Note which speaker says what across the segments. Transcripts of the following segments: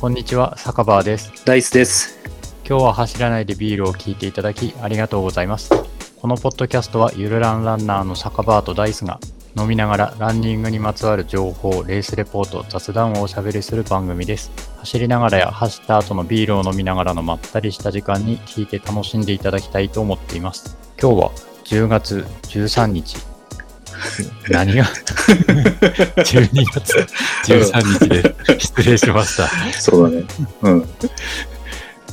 Speaker 1: こんにちは、酒場です。
Speaker 2: ダイスです。
Speaker 1: 今日は走らないでビールを聞いていただきありがとうございます。このポッドキャストはゆるランランナーの酒場とダイスが飲みながらランニングにまつわる情報、レースレポート、雑談をおしゃべりする番組です。走りながらや走った後のビールを飲みながらのまったりした時間に聞いて楽しんでいただきたいと思っています。今日は10月13日。何が12月13日です。失礼しました。
Speaker 2: そうだね。うん。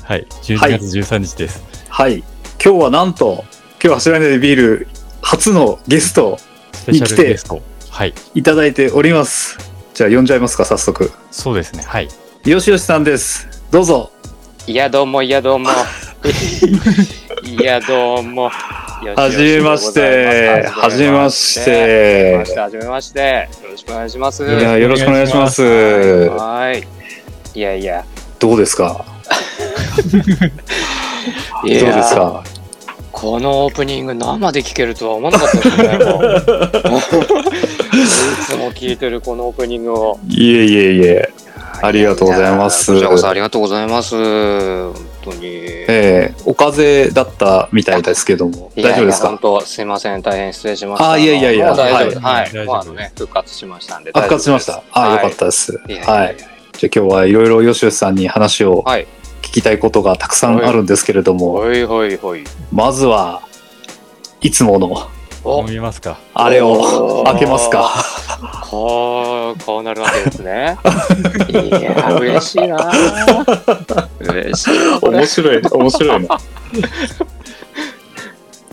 Speaker 1: はい、12
Speaker 2: はい
Speaker 1: 月13日です。
Speaker 2: はい。今日はなんと、今日走らないでビール初のゲストを
Speaker 1: スペシャルゲスト。はい、
Speaker 2: いただいております。じゃあ呼んじゃいますか、早速。
Speaker 1: そうですね。はい。
Speaker 2: よしよしさんです。どうぞ。
Speaker 3: いやどうもいや どうもいやどうも
Speaker 2: はじめまして。はじめまして。
Speaker 3: はじめましてよろしくお願いします
Speaker 2: いや、よろしくお願いします。
Speaker 3: はいいやいや
Speaker 2: どうですか
Speaker 3: い
Speaker 2: どう
Speaker 3: や
Speaker 2: ですか
Speaker 3: このオープニング生で聞けるとは思わなかったです ねもういつも聞いてるこのオープニングを
Speaker 2: いえいえいえ。ありがとうございます
Speaker 3: ややこちらこそありがとうございます本当に
Speaker 2: ええお風邪だったみたいですけども、
Speaker 3: いやいや
Speaker 2: 大丈夫です
Speaker 3: 本
Speaker 2: か
Speaker 3: 当すいません、大変失礼しました。
Speaker 2: あいやいやいや
Speaker 3: もう大丈夫です。
Speaker 1: はい
Speaker 3: は
Speaker 1: 大
Speaker 3: い。
Speaker 1: 丈夫
Speaker 3: もうあのね、復活しましたんで。。
Speaker 2: あ復活しました。あ、よかったたです。
Speaker 3: いやい
Speaker 2: は
Speaker 3: や
Speaker 2: い。じゃあ今日はいろいろよしよしさんに話を
Speaker 3: はい。
Speaker 2: 聞きたいことがたくさんあるんですけれども、
Speaker 3: ほいほいほい。
Speaker 2: まずはいつもの
Speaker 3: お
Speaker 1: 飲、みますか。
Speaker 2: あれを
Speaker 3: おー
Speaker 2: 開けますか。
Speaker 3: こう、こうなるわけです ね。いや、嬉しいな。嬉しいな。これ
Speaker 2: 白い、面白いな。い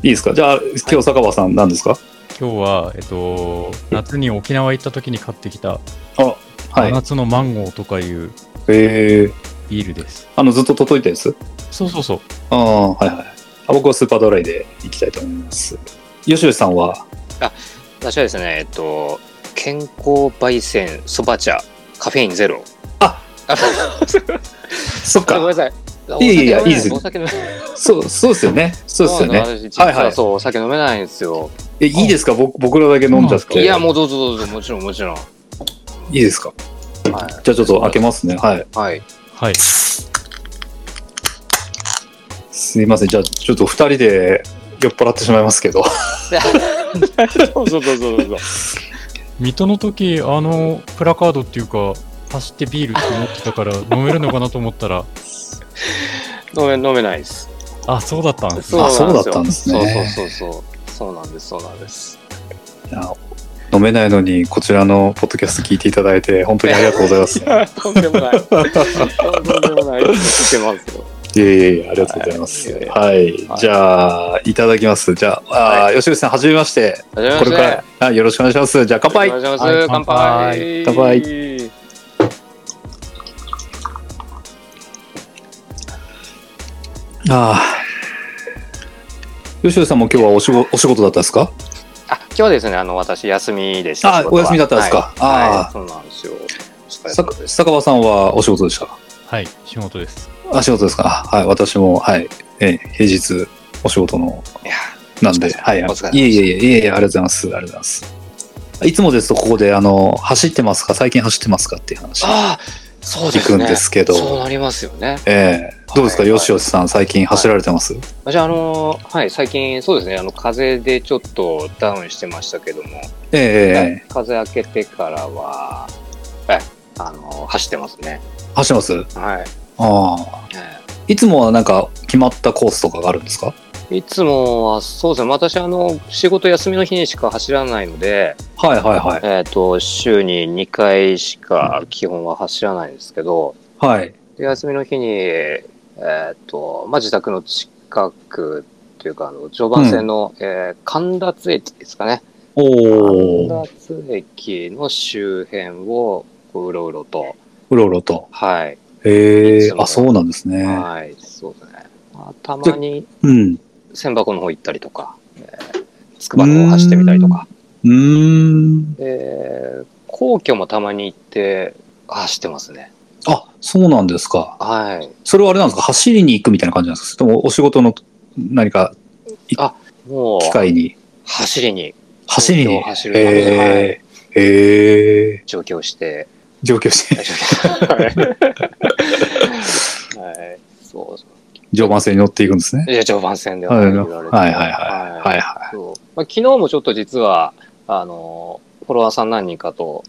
Speaker 2: いですかじゃあ今日坂場さん何ですか
Speaker 1: 今日は、えっと、夏に沖縄行った時に買ってきた、
Speaker 2: は
Speaker 1: 真
Speaker 2: い。
Speaker 1: 夏のマンゴーとかいう
Speaker 2: えー、
Speaker 1: ビールです。
Speaker 2: あのずっと届いたやつ
Speaker 1: そうそうそう。
Speaker 2: ああ、はいはい。あ僕はスーパードライでいきたいと思います。よしよしさんは
Speaker 3: 私はですね、えっと、健康焙煎そば茶、カフェインゼロ。
Speaker 2: あ
Speaker 3: あ、
Speaker 2: そっ
Speaker 3: ごめん
Speaker 2: か
Speaker 3: なさい。
Speaker 2: いやいや
Speaker 3: お酒飲
Speaker 2: いですよ
Speaker 3: めないお酒飲めない。
Speaker 2: そうそうですよねそうですよね
Speaker 3: 私実
Speaker 2: はいは
Speaker 3: はいそう、お酒飲めないんですよ。
Speaker 2: えいいですか僕僕らだけ飲んじゃって
Speaker 3: いや、もうどうぞどうぞ、もちろんもちろん。
Speaker 2: いいですか
Speaker 3: はい。
Speaker 2: じゃあちょっと開けますねはい
Speaker 3: はい。
Speaker 1: はい。
Speaker 2: すいませんじゃあちょっと二人で酔っ払ってしまいますけ ど
Speaker 3: そうそうそうそうそう。
Speaker 1: 水戸の時、あの、プラカードっていうか、走ってビールって思ってた から、飲めるのかなと思ったら、
Speaker 3: 飲め飲めないです。
Speaker 1: あ、そうだったんですね
Speaker 2: あ
Speaker 3: なんよ
Speaker 2: そうだったんですね
Speaker 3: そうそうそうそう。そうなんです、そうなんです。
Speaker 2: いや飲めないのにこちらのポッドキャスト聞いていただいて本当にありがとうございます。い
Speaker 3: や、とんでもない。とんでもない。いけますよ。
Speaker 2: えいえいえありがとうございます。
Speaker 3: はい
Speaker 2: はい、
Speaker 3: はい
Speaker 2: じゃあいただきます。じゃあ、あー吉口さんはじめまして。
Speaker 3: はじめま
Speaker 2: こ
Speaker 3: し
Speaker 2: れ
Speaker 3: て
Speaker 2: からあよろしくお願いします。じゃあ乾杯。
Speaker 3: お
Speaker 2: い
Speaker 3: 願いします
Speaker 1: はい
Speaker 3: 乾杯。
Speaker 2: 乾杯あー吉口さんも今日はお仕事お仕事だったんですか？
Speaker 3: あ、今日はですね、あの、私、休みでした。
Speaker 2: あ
Speaker 3: 仕事は
Speaker 2: お休みだったんですか
Speaker 3: はい
Speaker 2: あー
Speaker 3: はいそうなんですよ。お疲れ
Speaker 2: さ
Speaker 3: 様です。
Speaker 2: 坂場さんはお仕事でしたか？
Speaker 1: はい、仕事です。
Speaker 2: あ仕事ですか？あはい私もはい、えー平日お仕事の
Speaker 3: いや
Speaker 2: なんで、
Speaker 3: お疲れ様
Speaker 2: はい。い
Speaker 3: お疲れ様
Speaker 2: えいえいえ、いえいえ、ありがとうございます。ありがとうございます。いつもですと、ここで、あの、走ってますか最近走ってますかっていう話。
Speaker 3: あー、そうで
Speaker 2: 聞
Speaker 3: す
Speaker 2: く
Speaker 3: ね。
Speaker 2: んですけど
Speaker 3: そうなりますよね。
Speaker 2: ええどうですか、
Speaker 3: はいは
Speaker 2: よ
Speaker 3: い
Speaker 2: しよしさん、最近走られてます、
Speaker 3: 私、あの、はい、最近、そうですね、あの、風邪でちょっとダウンしてましたけども、
Speaker 2: ええええ
Speaker 3: 風明けてからは、え、あの、走ってますね。
Speaker 2: 走ってます
Speaker 3: はい。
Speaker 2: ああ。いつもはなんか、決まったコースとかがあるんですか
Speaker 3: いつもは、そうですね、私、あの、仕事休みの日にしか走らないので、
Speaker 2: はいはいはい。
Speaker 3: えっ、と、週に2回しか基本は走らないんですけど、
Speaker 2: はい。
Speaker 3: で休みの日に、えっ、と、まあ、自宅の近くっていうか、あの、常磐線の、えー神立駅ですかね。
Speaker 2: おー、
Speaker 3: 神立駅の周辺を、こう、うろうろと、
Speaker 2: うろうろと。
Speaker 3: はい、
Speaker 2: へ
Speaker 3: い
Speaker 2: え
Speaker 3: つも
Speaker 2: あ、そうなんですね。
Speaker 3: はい、そうですね。まあ、たまに
Speaker 2: うん。
Speaker 3: 千箱の方行ったりとか、えー、筑波の方走ってみたりとか、
Speaker 2: うーん。
Speaker 3: で皇居もたまに行って走ってますね。
Speaker 2: あ、そうなんですか。
Speaker 3: はい。
Speaker 2: それはあれなんですか走りに行くみたいな感じなんですかそれともお仕事の何か
Speaker 3: もう、
Speaker 2: 機会に
Speaker 3: 走りに
Speaker 2: 走り
Speaker 3: 東京
Speaker 2: に
Speaker 3: を走る
Speaker 2: へえへえ
Speaker 3: 上京して、
Speaker 2: 上京して、
Speaker 3: 大丈夫 です。はい。はい。そうそう。
Speaker 2: 常磐線に乗っていくんですね。
Speaker 3: いや、常磐線では
Speaker 2: はい
Speaker 3: いろいろと
Speaker 2: はいはいはいはいは
Speaker 3: そうまあ、昨日もちょっと実は、あの、フォロワーさん何人かと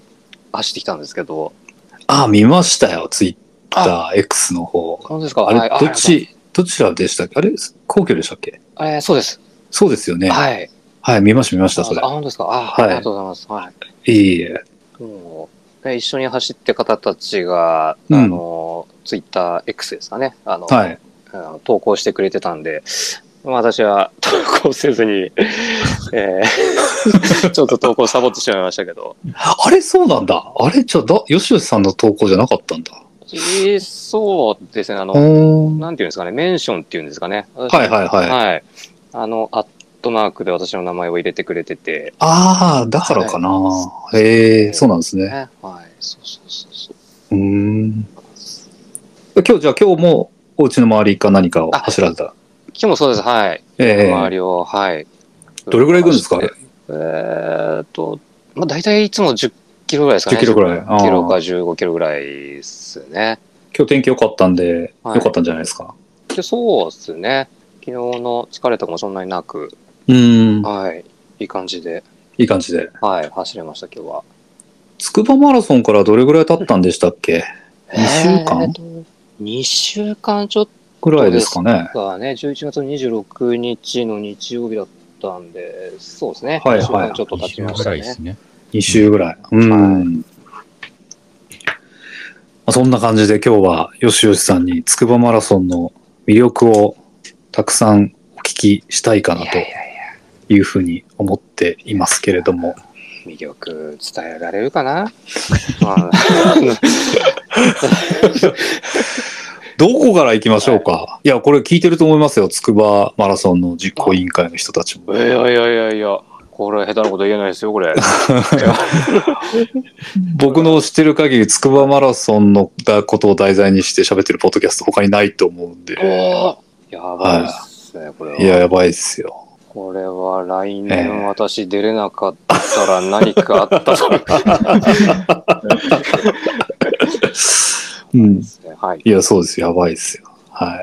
Speaker 3: 走ってきたんですけど、
Speaker 2: い。ああ、見ましたよ、ツイッター X の方。
Speaker 3: 本当ですか
Speaker 2: あれ、どっ
Speaker 3: はい
Speaker 2: ち、どちらでしたっけあれ、皇居でしたっけ
Speaker 3: あえーそうです。
Speaker 2: そうですよね。はい、
Speaker 3: はい。
Speaker 2: 見ました、見ました、それ
Speaker 3: あ、。本当ですかあ、
Speaker 2: はい
Speaker 3: ありがとうございます。はい。
Speaker 2: いえいえ。
Speaker 3: もうね一緒に走って方たちが、
Speaker 2: うん
Speaker 3: あの、ツイッター X ですかね。あの、
Speaker 2: はい。
Speaker 3: あの投稿してくれてたんで、まあ私は 投稿せずに、えー ちょっと投稿サボってしまいましたけど。
Speaker 2: あれ、そうなんだ。あれ、じゃあ、だ吉吉さんの投稿じゃなかったんだ。
Speaker 3: えーそうですね、あの、
Speaker 2: おー
Speaker 3: なんていうんですかね、メンションっていうんですかね。はい
Speaker 2: はいはいはい。
Speaker 3: はい。あの、アットマークで私の名前を入れてくれてて、
Speaker 2: ああ、だからかな。へえ、そうなんですね。
Speaker 3: ね、はい。そうそうそうそう。
Speaker 2: うーん。今日、じゃあ今日も、お家の周りか何かを走られた。
Speaker 3: 今日もそうです、はい。
Speaker 2: ええ
Speaker 3: 周りを、はい。
Speaker 2: どれぐらい行くんですか
Speaker 3: 走ってえーっと、まあ大体いつも10キロぐらいですかね。
Speaker 2: 10キロぐらいあー
Speaker 3: キロか15キロぐらいですね。
Speaker 2: 今日天気良かったんで、
Speaker 3: はい
Speaker 2: 良かったんじゃないですか。
Speaker 3: でそうですね。昨日の疲れとかもそんなになく、
Speaker 2: うーん。
Speaker 3: はい。いい感じで、
Speaker 2: いい感じで。
Speaker 3: はい。走れました、今日は。
Speaker 2: つくばマラソンからどれぐらい経ったんでしたっけ二週間
Speaker 3: えーと二週間ちょっ
Speaker 2: ぐらいですかね。
Speaker 3: とはね、11月26日の日曜日だったんで、そうですね。
Speaker 2: はいはい
Speaker 3: 二週間ちょっと経ち
Speaker 1: 週
Speaker 3: ま
Speaker 1: ぐ
Speaker 3: した
Speaker 1: らい
Speaker 3: ね。
Speaker 1: ですね。
Speaker 2: 2週ぐらい。うん。まあ、そんな感じで今日は、よしよしさんにつくばマラソンの魅力をたくさんお聞きしたいかない
Speaker 3: やい
Speaker 2: と
Speaker 3: やいや、
Speaker 2: いうふうに思っていますけれども。
Speaker 3: 魅力伝えられるかな、まあ
Speaker 2: どこから行きましょうかいや、これ聞いてると思いますよ。つくばマラソンの実行委員会の人たち
Speaker 3: い
Speaker 2: も。
Speaker 3: やいやいやいや、これ下手なこと言えないですよ、これ。
Speaker 2: 僕の知ってる限り、つくばマラソンのことを題材にして喋ってるポッドキャスト他にないと思うんで。
Speaker 3: やばいっすね、これは。
Speaker 2: いや、やばいですよ。
Speaker 3: これは来年私出れなかったら何かあったと思
Speaker 2: うん
Speaker 3: で。す ね。はい。
Speaker 2: いや、そうですよ。やばいですよ。は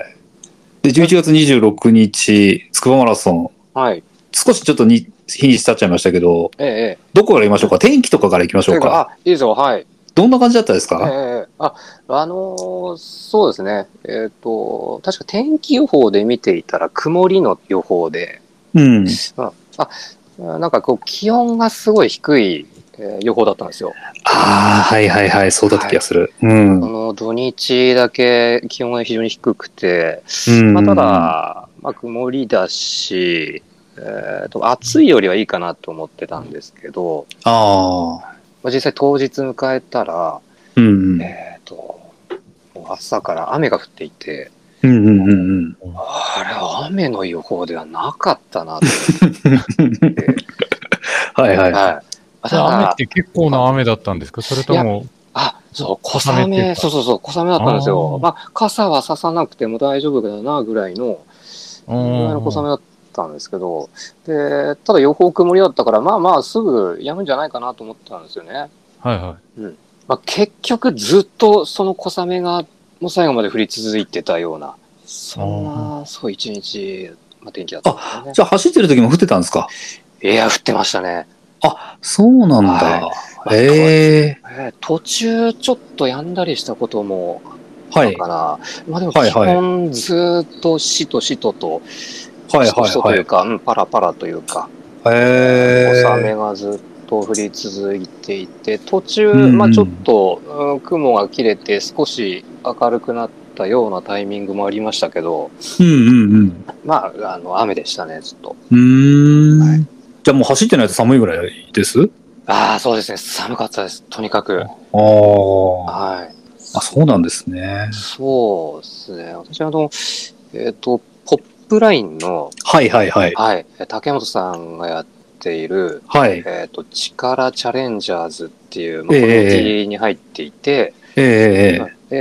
Speaker 2: い。で、11月26日、つくばマラソン。
Speaker 3: はい。
Speaker 2: 少しちょっとに日にち経っちゃいましたけど、
Speaker 3: ええ、ええ。
Speaker 2: どこから行きましょうか天気とかから行きましょうか。
Speaker 3: あ、いいですよ、はい。
Speaker 2: どんな感じだったです
Speaker 3: ええ
Speaker 2: か、
Speaker 3: ええ、あ、あのーそうですね。えっ、と、確か天気予報で見ていたら曇りの予報で、
Speaker 2: うん。
Speaker 3: なんかこう気温がすごい低い、えー予報だったんですよ。
Speaker 2: ああ、はいはいはい。そうだった気がする。うん
Speaker 3: あ。の、土日だけ気温が非常に低くて、
Speaker 2: うん
Speaker 3: まあ、ただ、、まあ、曇りだし、えーと、暑いよりはいいかなと思ってたんですけど、
Speaker 2: ああ。
Speaker 3: まあ、実際当日迎えたら、
Speaker 2: うん。うん
Speaker 3: えっ、と、もう朝から雨が降っていて、
Speaker 2: うんうんうん。
Speaker 3: あれ、雨の予報ではなかったなと思って、
Speaker 2: はいはい。
Speaker 3: はい。あ
Speaker 1: じゃあ雨った
Speaker 3: だ、
Speaker 1: て結構な雨だったんですかそれとも、
Speaker 3: あ、そう、小
Speaker 1: 雨っていう
Speaker 3: 雨、
Speaker 1: か
Speaker 3: そうそうそう、小雨だったんです
Speaker 1: あ
Speaker 3: よ。
Speaker 1: ー
Speaker 3: まあ、傘は差さなくても大丈夫だな、ぐらいの、
Speaker 1: う
Speaker 3: このぐらいの
Speaker 1: ん
Speaker 3: 小雨だったんですけど、で、ただ予報曇りだったから、まあまあすぐやむんじゃないかなと思ってたんですよね。
Speaker 1: はいは
Speaker 3: まあ結局ずっとその小雨がもう最後まで降り続いてたような、そんな、そう一日、まあ天気だったんですよね。
Speaker 2: じゃあ走ってる時も降ってたんですか
Speaker 3: いや、降ってましたね。
Speaker 2: そうなんだ
Speaker 3: は。
Speaker 2: ええ
Speaker 3: えー途中ちょっとやんだりしたことも
Speaker 2: は
Speaker 3: あっ
Speaker 2: い。
Speaker 3: たから、まあでも
Speaker 2: はい
Speaker 3: 基
Speaker 2: はい
Speaker 3: 本ずっとしとしとと、
Speaker 2: はい
Speaker 3: しとしとと
Speaker 2: はいいう
Speaker 3: か、うん、パラパラというか、
Speaker 2: はい。え
Speaker 3: 小
Speaker 2: え
Speaker 3: 雨がずっと降り続いていて、途中、
Speaker 2: うんうん
Speaker 3: まあ、ちょっと、うん雲が切れて少し明るくなったようなタイミングもありましたけど、
Speaker 2: うんうんうん。
Speaker 3: まあ、あの雨でしたね、ずっと。
Speaker 2: うーん、
Speaker 3: は
Speaker 2: じゃあもう走ってないと寒いぐらいです
Speaker 3: ああ、そうですね、寒かったです、とにかく。
Speaker 2: ああ。
Speaker 3: はい。
Speaker 2: あ、そうなんですね。
Speaker 3: そうですね、私はあの、えっ、と、ポップラインの、
Speaker 2: はいはいはい。
Speaker 3: はい、竹本さんがやっている、
Speaker 2: はい。
Speaker 3: えっ、と、力チャレンジャーズっていう、まあ、
Speaker 2: ええ
Speaker 3: コミュニティに入っていて、
Speaker 2: ええええ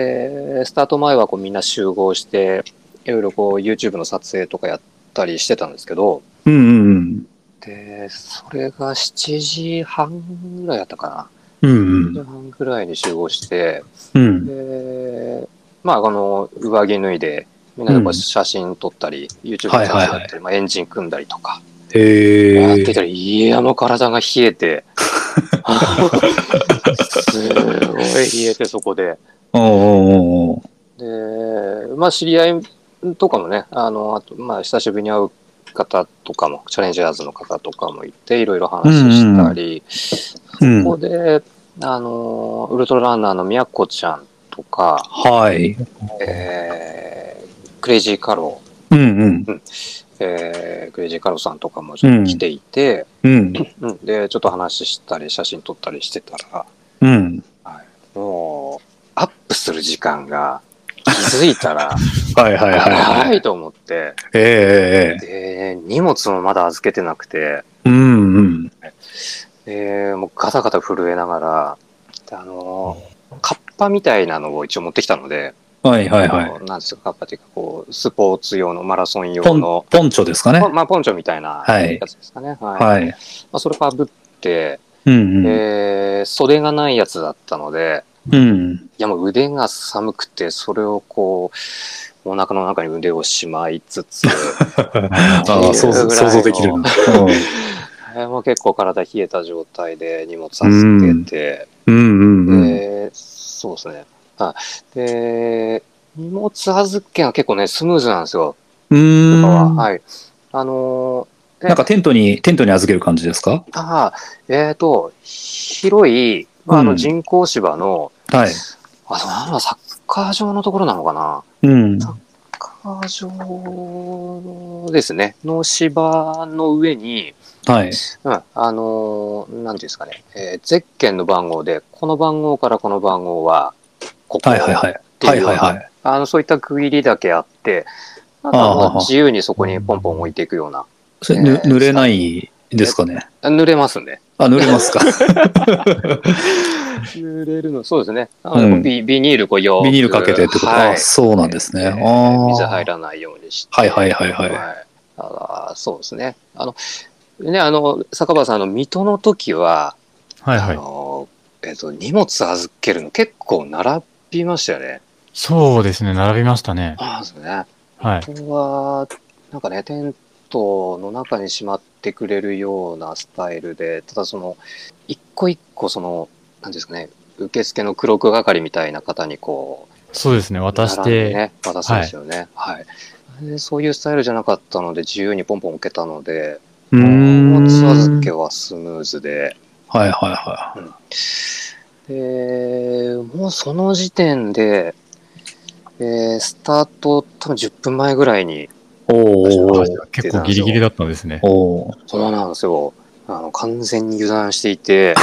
Speaker 3: えースタート前はこうみんな集合して、いろいろこう YouTube の撮影とかやったりしてたんですけど、
Speaker 2: うんうんうん。
Speaker 3: で、それが7時半ぐらいだったか
Speaker 2: うんう
Speaker 3: 時
Speaker 2: ん。
Speaker 3: 半ぐらいに集合して、
Speaker 2: うん。
Speaker 3: で、まあ、あの、上着脱いで、みんなでこう写真撮ったり、YouTube 撮
Speaker 2: はいはいはい
Speaker 3: ったり、まあ、エンジン組んだりとか、
Speaker 2: へ
Speaker 3: やって
Speaker 2: え。
Speaker 3: たら、いや、あの体が冷 えて、 すごい冷えて、そこで。
Speaker 2: おうおうおうおう
Speaker 3: で、まあ、知り合いとかもね、あの、あと、まあ、久しぶりに会う方とかも、チャレンジャーズの方とかもいて、いろいろ話したり、
Speaker 2: うん。
Speaker 3: ここで、あの、ウルトラランナーのみやこちゃんとか、
Speaker 2: はい。
Speaker 3: えー、クレイジーカロー、
Speaker 2: うんうん。
Speaker 3: えー、クレイジーカローさんとかもちょっと来ていて、
Speaker 2: うん。
Speaker 3: うん、で、ちょっと話したり、写真撮ったりしてたら、
Speaker 2: うん。
Speaker 3: もう、アップする時間が、気づいたら、
Speaker 2: はいはいはい
Speaker 3: 早
Speaker 2: はいい。
Speaker 3: と思って、
Speaker 2: えええええ
Speaker 3: で、荷物もまだ預けてなくて、
Speaker 2: え。うんうん。
Speaker 3: で、もうガタガタ震えながら、であの、カッパみたいなのを一応持ってきたので、
Speaker 2: はいはいは
Speaker 3: あ
Speaker 2: い。
Speaker 3: のなんですか、カッパっていうか、こう、スポーツ用のマラソン
Speaker 2: ポ
Speaker 3: 用
Speaker 2: ン
Speaker 3: の、、
Speaker 2: ポンチョですかね
Speaker 3: ま。まあ、ポンチョみたいな
Speaker 2: はい
Speaker 3: やつですかね。はい。
Speaker 2: はい。
Speaker 3: まあ、それかぶって、
Speaker 2: うんうん。
Speaker 3: で、袖がないやつだったので、
Speaker 2: うん。
Speaker 3: いやもう腕が寒くて、それをこう、お腹の中に腕をしまいつ つ、
Speaker 2: ああ、想像想像できる な。
Speaker 3: えーもう結構体冷えた状態で荷物預けて、
Speaker 2: うんうんうんうん。
Speaker 3: でそうですね。はい。で、荷物預けが結構ね、スムーズなんですよ。
Speaker 2: うーん。
Speaker 3: 今は。
Speaker 2: な
Speaker 3: はい。あのー
Speaker 2: んかテントに、テントに預ける感じですか
Speaker 3: あーえっ、と、広い、まあ、あ
Speaker 2: う
Speaker 3: の
Speaker 2: ん
Speaker 3: 人工芝の、
Speaker 2: はい。
Speaker 3: あの、なんだサッカー場のところなのかな
Speaker 2: うん。
Speaker 3: サッカー場のですね、の芝の上に、
Speaker 2: はい。
Speaker 3: うん、あのー、なんていうんですかね、えーゼッケンの番号で、この番号からこの番号は、ここ
Speaker 2: はいはいはい。
Speaker 3: て
Speaker 2: はいいうはいはい。
Speaker 3: あの、そういった区切りだけあって、あと
Speaker 2: ああ
Speaker 3: は
Speaker 2: ああ
Speaker 3: もう自由にそこにポンポン置いていくような。
Speaker 2: それ、
Speaker 3: え
Speaker 2: ぬ
Speaker 3: ー
Speaker 2: 濡れないですかね。
Speaker 3: 濡れますんで。
Speaker 2: あ、濡れます か。
Speaker 3: 濡れるの。そうですね。あの
Speaker 2: うん
Speaker 3: ビビニールこうよーく
Speaker 2: ビニールかけてってこと
Speaker 3: はい
Speaker 2: あ、。そうなんですね。
Speaker 3: え
Speaker 2: あ
Speaker 3: ー
Speaker 2: あ。
Speaker 3: 水入らないようにして。
Speaker 2: はいはいはいはい。
Speaker 3: あーそうですね。あの、ね、あの、坂場さん、あの、水戸の時は、
Speaker 1: はいは
Speaker 3: あ
Speaker 1: い。
Speaker 3: の、えっ、と、荷物預けるの結構並びましたよね。
Speaker 1: そうですね、並びましたね。
Speaker 3: ああ、そうですね。
Speaker 1: はい。
Speaker 3: ここは、なんかね、テントの中にしまってくれるようなスタイルで、ただその、一個一個その、なんですかね、受付の黒く係みたいな方にこう、
Speaker 1: そうですね、渡し
Speaker 3: 並んで
Speaker 1: て、
Speaker 3: ね、渡すんですよね。はい、でそういうスタイルじゃなかったので、自由にポンポン置けたので、
Speaker 2: うーん。
Speaker 3: お
Speaker 2: はい
Speaker 3: つ
Speaker 2: はい
Speaker 3: 預けはスムーズで、
Speaker 2: はいは
Speaker 3: で、もうその時点で、えースタート多分10分前ぐらいに、
Speaker 2: い。お
Speaker 3: そう
Speaker 2: ー
Speaker 3: ですね
Speaker 1: 結構ギリギリだったんですね。
Speaker 2: おー。
Speaker 3: そうなんですよ。あの、完全に油断して いて、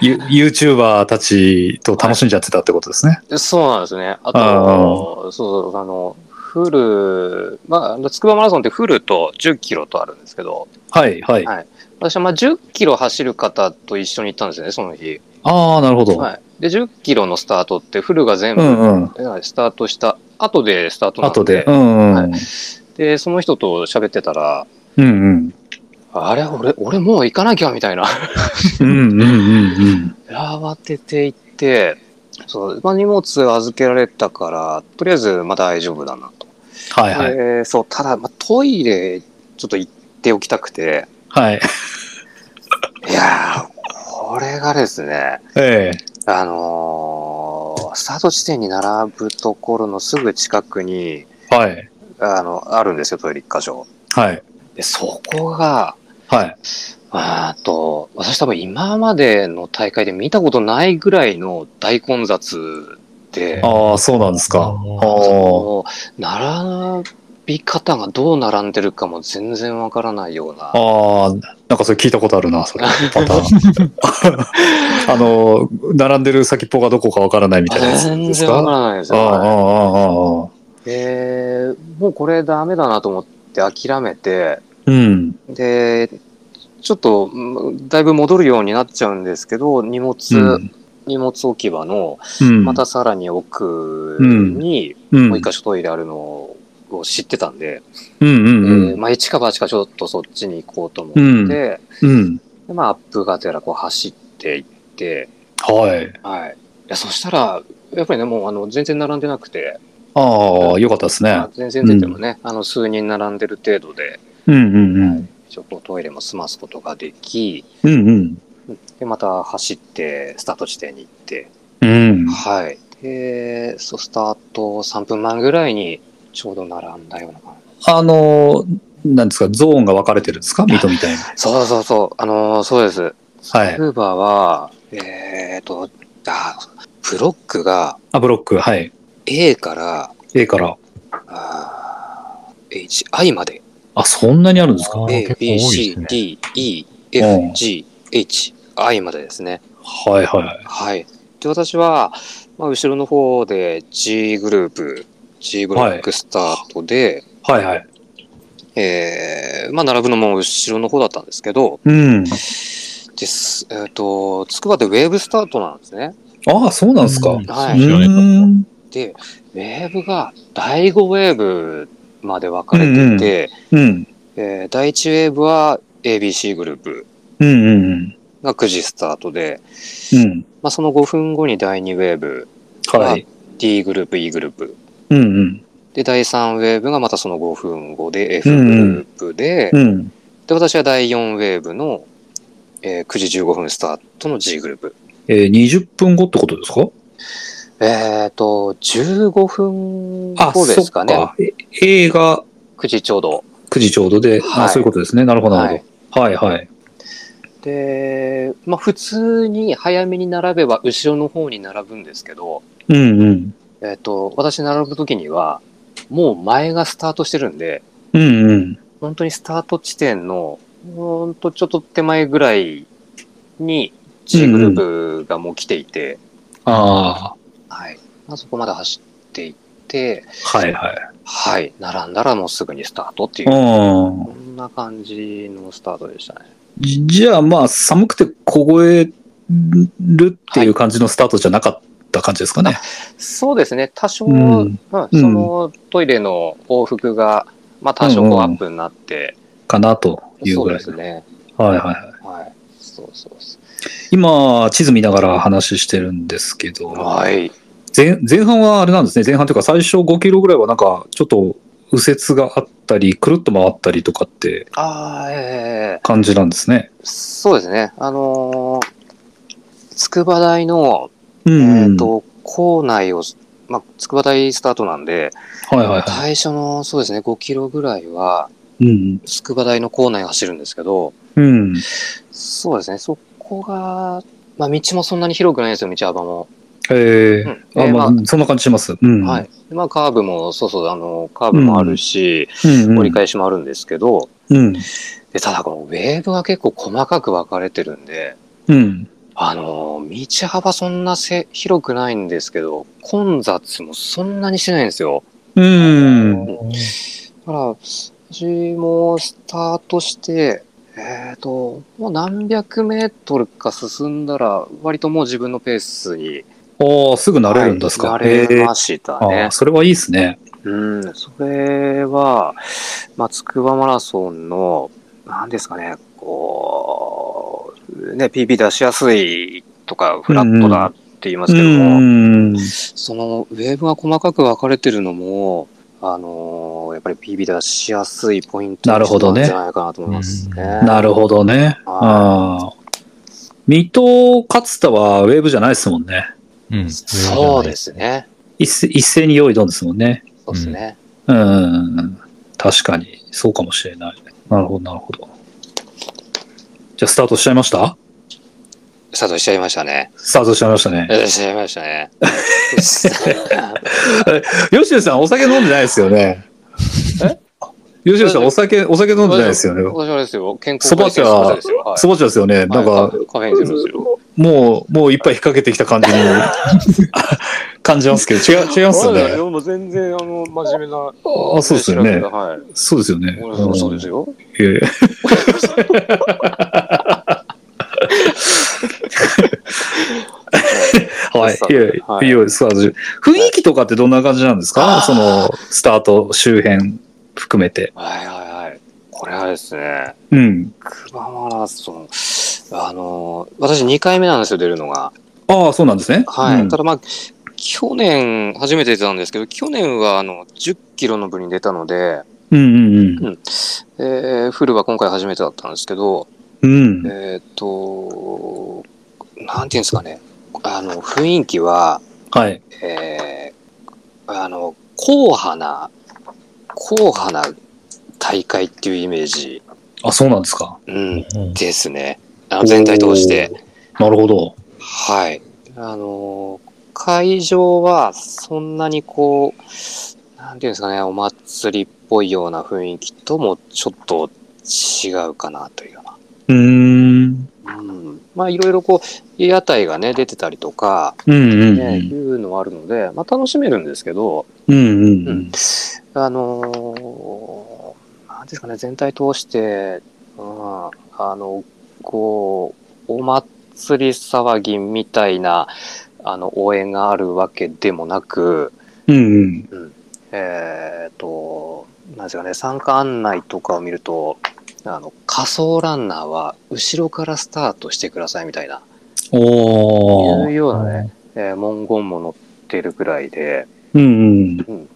Speaker 2: ユ YouTuber たちと楽しんじゃってたってことですね。
Speaker 3: そうなんですね。あと、
Speaker 2: あ
Speaker 3: そうそう、あの、フル、まあ、つくばマラソンってフルと10キロとあるんですけど、
Speaker 2: はいはい。
Speaker 3: はい私はまあ10キロ走る方と一緒に行ったんですよね、その日。
Speaker 2: ああ、なるほど。
Speaker 3: はい。で、10キロのスタートってフルが全
Speaker 2: う
Speaker 3: 部、
Speaker 2: んうん。
Speaker 3: えスタートした後でスタートな
Speaker 2: あ
Speaker 3: んで。
Speaker 2: とで。うんう
Speaker 3: は
Speaker 2: ん。
Speaker 3: で、その人と喋ってたら、
Speaker 2: うんうん。
Speaker 3: あれ俺、俺もう行かなきゃみたいな。
Speaker 2: うんうんうん
Speaker 3: 慌てて行って、そう、まあ、荷物預けられたから、とりあえず、まあ大丈夫だなと。
Speaker 2: はいはい。
Speaker 3: えーそう、ただ、まあ、トイレ、ちょっと行っておきたくて、
Speaker 2: はい。
Speaker 3: いやー、これがですね、
Speaker 2: ええ。
Speaker 3: あのースタート地点に並ぶところのすぐ近くに、
Speaker 2: はい。
Speaker 3: あの、あるんですよ、トイレ一箇所。
Speaker 2: はい。
Speaker 3: で、そこが、
Speaker 2: はい。
Speaker 3: あーと、私多分今までの大会で見たことないぐらいの大混雑で、
Speaker 2: ああ、そうなんですか。あ
Speaker 1: あー
Speaker 2: あ。
Speaker 3: もう並び方がどう並んでるかも全然わからないような。
Speaker 2: ああ、なんかそれ聞いたことあるな、それ。パターン。 あの、並んでる先っぽがどこかわからないみたいなやつ
Speaker 3: 全
Speaker 2: です
Speaker 3: 然わか
Speaker 2: かあ
Speaker 3: らないです
Speaker 2: あ、ああ、あ
Speaker 3: よ。
Speaker 2: あ、ああ。
Speaker 3: で、もうこれダメだなと思って諦めて、
Speaker 2: うん。
Speaker 3: で、ちょっと、うんだいぶ戻るようになっちゃうんですけど、荷物、
Speaker 2: うん。
Speaker 3: 荷物置き場の、
Speaker 2: うん
Speaker 3: また、さらに奥に、
Speaker 2: うん。
Speaker 3: もう一箇所トイレあるのを知ってたんで、
Speaker 2: うんうんう
Speaker 3: えー
Speaker 2: ん。
Speaker 3: まあ、一か八かちょっとそっちに行こうと思って、
Speaker 2: うんうん。
Speaker 3: で、まあ、アップがてらこう走っていって、
Speaker 2: はい。
Speaker 3: はい。いや、そしたら、やっぱりね、もうあの、全然並んでなくて、
Speaker 2: ああ、よかったですね
Speaker 3: まあ。全然出てもね、あの、数人並んでる程度で、
Speaker 2: うんうんうん。
Speaker 3: 一応こうトイレも済ますことができ、
Speaker 2: うんうん。
Speaker 3: で、また走って、スタート地点に行って、
Speaker 2: うん。
Speaker 3: はい。で、そう、スタート3分前ぐらいに、ちょうど並んだような感じ。
Speaker 2: あのー、なんですか、ゾーンが分かれてるんですか水戸みたいに。
Speaker 3: そうそうそう、あのーそうです。
Speaker 2: はい。
Speaker 3: ウーバーは、えっ、と、あ、ブロックが
Speaker 2: あ、ブロック、はい。
Speaker 3: A から
Speaker 2: A から。
Speaker 3: あー HI まで。
Speaker 2: あ、そんなにあるんですか
Speaker 1: あー
Speaker 3: A,
Speaker 1: 結構多い
Speaker 3: B,
Speaker 1: です
Speaker 3: C,
Speaker 1: ね
Speaker 3: D, E,
Speaker 2: うん
Speaker 3: F, G, H, I までですね。
Speaker 2: はいはい。
Speaker 3: はい。で、私は、まあ、後ろの方で G グループ、G ブロックスタートで、
Speaker 2: はいはい。
Speaker 3: えー、まあ、並ぶのも後ろの方だったんですけど、
Speaker 2: うん。
Speaker 3: です、えっ、と、つくばでウェーブスタートなんですね。
Speaker 2: ああ、そうなんですか。
Speaker 1: うん
Speaker 3: は
Speaker 2: う
Speaker 3: い
Speaker 1: そうですよね
Speaker 2: ーん。
Speaker 3: で、ウェーブが第5ウェーブまで分かれてて、
Speaker 2: うん。
Speaker 3: えー第1ウェーブは ABC グループ
Speaker 2: うんうんうん。
Speaker 3: が9時スタートで、
Speaker 2: うん。
Speaker 3: まあ、その5分後に第2ウェーブ、
Speaker 2: はい。
Speaker 3: D グループ、E グループ。
Speaker 2: うんうん。
Speaker 3: で、第3ウェーブがまたその5分後で F
Speaker 2: う
Speaker 3: グ
Speaker 2: んうん
Speaker 3: ループで、
Speaker 2: うん。
Speaker 3: で、私は第4ウェーブの、えー9時15分スタートの G グループ。
Speaker 2: えー、20分後ってことですか
Speaker 3: えっ、と、15分
Speaker 2: あ、
Speaker 3: 後ですかね。
Speaker 2: そっか。え A が
Speaker 3: 9時ちょうど。
Speaker 2: 9時ちょうどで、
Speaker 3: は
Speaker 2: あ
Speaker 3: い
Speaker 2: そういうことですね。なるほど、なるほど。はいはい。
Speaker 3: で、まあ普通に早めに並べば後ろの方に並ぶんですけど、
Speaker 2: うんうん。
Speaker 3: えっ、と、私並ぶ時には、もう前がスタートしてるんで、
Speaker 2: うんうん。
Speaker 3: 本当にスタート地点の、ほんとちょっと手前ぐらいに G グループがもう来ていて、
Speaker 2: あ
Speaker 3: はい。まあ、そこまで走っていって、
Speaker 2: あ、はいはい。
Speaker 3: はい。並んだらもうすぐにスタートっていう、
Speaker 2: うん
Speaker 3: こ。んな感じのスタートでしたね。
Speaker 2: じじゃあまあ寒くて凍えるっていう感じのスタートじゃなかった感じですかね。
Speaker 3: そうですね。多少、
Speaker 2: う
Speaker 3: うん
Speaker 2: ん、
Speaker 3: そのトイレの往復が、まあ多少こうアップになって、
Speaker 2: かなという
Speaker 3: そう
Speaker 2: ぐら
Speaker 3: で
Speaker 2: い。
Speaker 3: すね。
Speaker 2: はいはいはい。
Speaker 3: はい。そうそうそう。
Speaker 2: 今、地図見ながら話してるんですけど、
Speaker 3: はい。
Speaker 2: 前前半はあれなんですね。前半というか最初5キロぐらいはなんかちょっと右折があったり、くるっと回ったりとかって
Speaker 3: ああ、ええええ
Speaker 2: 感じなんですね。
Speaker 3: そうですね。あのー筑波大の、
Speaker 2: うんうん、
Speaker 3: えっ、と、校内を、まあ、筑波大スタートなんで、
Speaker 2: はいはいは
Speaker 3: 最初の、そうですね、5キロぐらいは、
Speaker 2: い。うん
Speaker 3: 筑波大の校内を走るんですけど、
Speaker 2: うん。うん。
Speaker 3: そうですね、そこが、まあ、道もそんなに広くないんですよ、道幅も。
Speaker 2: え
Speaker 3: うん
Speaker 2: ー
Speaker 3: え
Speaker 2: あ
Speaker 3: ー
Speaker 2: ま
Speaker 3: ま
Speaker 2: あ、そんな感じします。うん。
Speaker 3: あ、はい。でまあ、カーブも、そうそう、あの、カーブもあるし、
Speaker 2: うん、うん。
Speaker 3: 折り返しもあるんですけど、
Speaker 2: うん。
Speaker 3: で、ただこのウェーブが結構細かく分かれてるんで、
Speaker 2: うん。
Speaker 3: あの、道幅そんなせ広くないんですけど、混雑もそんなにしてないんですよ。
Speaker 2: うん。
Speaker 3: だから、私もスタートして、えっ、と、もう何百メートルか進んだら、割ともう自分のペースに、
Speaker 2: ああ、すぐ慣れるんですか。
Speaker 3: はい慣
Speaker 2: へ
Speaker 3: れ
Speaker 2: え
Speaker 3: ました
Speaker 2: あ
Speaker 3: ね
Speaker 2: あ、。それはいいですね。
Speaker 3: うん、それは、まあ、つくばマラソンの、なんですかね、こう、ね、PP 出しやすいとか、フラットだって言いますけど
Speaker 2: う
Speaker 3: も、
Speaker 2: ん。
Speaker 3: そのウェーブが細かく分かれてるのも、あのーやっぱり PB 出しやすいポイント
Speaker 2: なるほどね
Speaker 3: なんじゃないかなと思いますね。
Speaker 1: うん
Speaker 2: なるほどね。ああ。水戸勝田はウェーブじゃないですもんね。
Speaker 1: うん。
Speaker 3: そうですね。
Speaker 2: 一斉一斉に用意どんですもんね。
Speaker 3: そうですね。
Speaker 2: うん。確かに、そうかもしれない。なるほど、なるほど。じゃあ、スタートしちゃいました
Speaker 3: スタートしちゃいましたね。
Speaker 2: スタートしちゃいましたね。
Speaker 3: えしちゃいました ね。
Speaker 2: 吉野さん、お酒飲んでないですよね。え吉野さん、お酒、お酒飲んでないですよね。
Speaker 3: 私はあれですよ。健康
Speaker 2: そば茶
Speaker 3: そばですよ。はい
Speaker 2: そばちゃんですよね。なん
Speaker 3: は
Speaker 2: か
Speaker 3: い、カフェインゼロですよ。
Speaker 2: もう、もういっぱい引っ掛けてきた感じに 感じますけど、違う、違いますよね。
Speaker 3: もう全然、あの、真面目な。
Speaker 2: あ、そうですよね。
Speaker 3: はい。
Speaker 2: そうですよね。
Speaker 3: そうです
Speaker 2: よ。
Speaker 3: よ。
Speaker 2: ええ はい。いえ
Speaker 3: はい
Speaker 2: いよ、スタート中。雰囲気とかってどんな感じなんですか
Speaker 3: あー
Speaker 2: その、スタート周辺含めて。
Speaker 3: はいはいはい。これはですね、
Speaker 2: うん。
Speaker 3: クバマラソン。あの、私2回目なんですよ、出るのが。
Speaker 2: ああ、そうなんですね。
Speaker 3: はい。
Speaker 2: うん
Speaker 3: ただまあ、去年、初めて出たんですけど、去年はあの、10キロの部に出たので、
Speaker 2: うんうん
Speaker 3: えーフルは今回初めてだったんですけど、
Speaker 2: うん。うん。
Speaker 3: えーっ、と、なんていうんですかね、あの、雰囲気は、
Speaker 2: はい。
Speaker 3: えーあの、硬派な、硬派な大会っていうイメージ、
Speaker 2: あ、そうなんですか。
Speaker 3: うん、ですね。あの全体通して。
Speaker 2: おー。なるほど。
Speaker 3: はい。あの、会場はそんなにこう、なんていうんですかね、お祭りっぽいような雰囲気ともちょっと違うかなというよう
Speaker 2: うーん。
Speaker 3: な。うん。まあいろいろこう、屋台がね、出てたりとか、
Speaker 2: うんうんう
Speaker 3: ね、い
Speaker 2: ん。
Speaker 3: うのはあるので、まあ楽しめるんですけど、
Speaker 2: うんうんう
Speaker 3: うんん。あのーなんですかね、全体通して、うん、あの、こう、お祭り騒ぎみたいな、あの、応援があるわけでもなく、
Speaker 2: うんうん。
Speaker 3: えっ、と、なんですかね、参加案内とかを見ると、あの、仮想ランナーは後ろからスタートしてくださいみたいな、
Speaker 2: お
Speaker 3: い
Speaker 2: ー。
Speaker 3: うようなね、えー文言も載ってるくらいで、
Speaker 2: うんうん。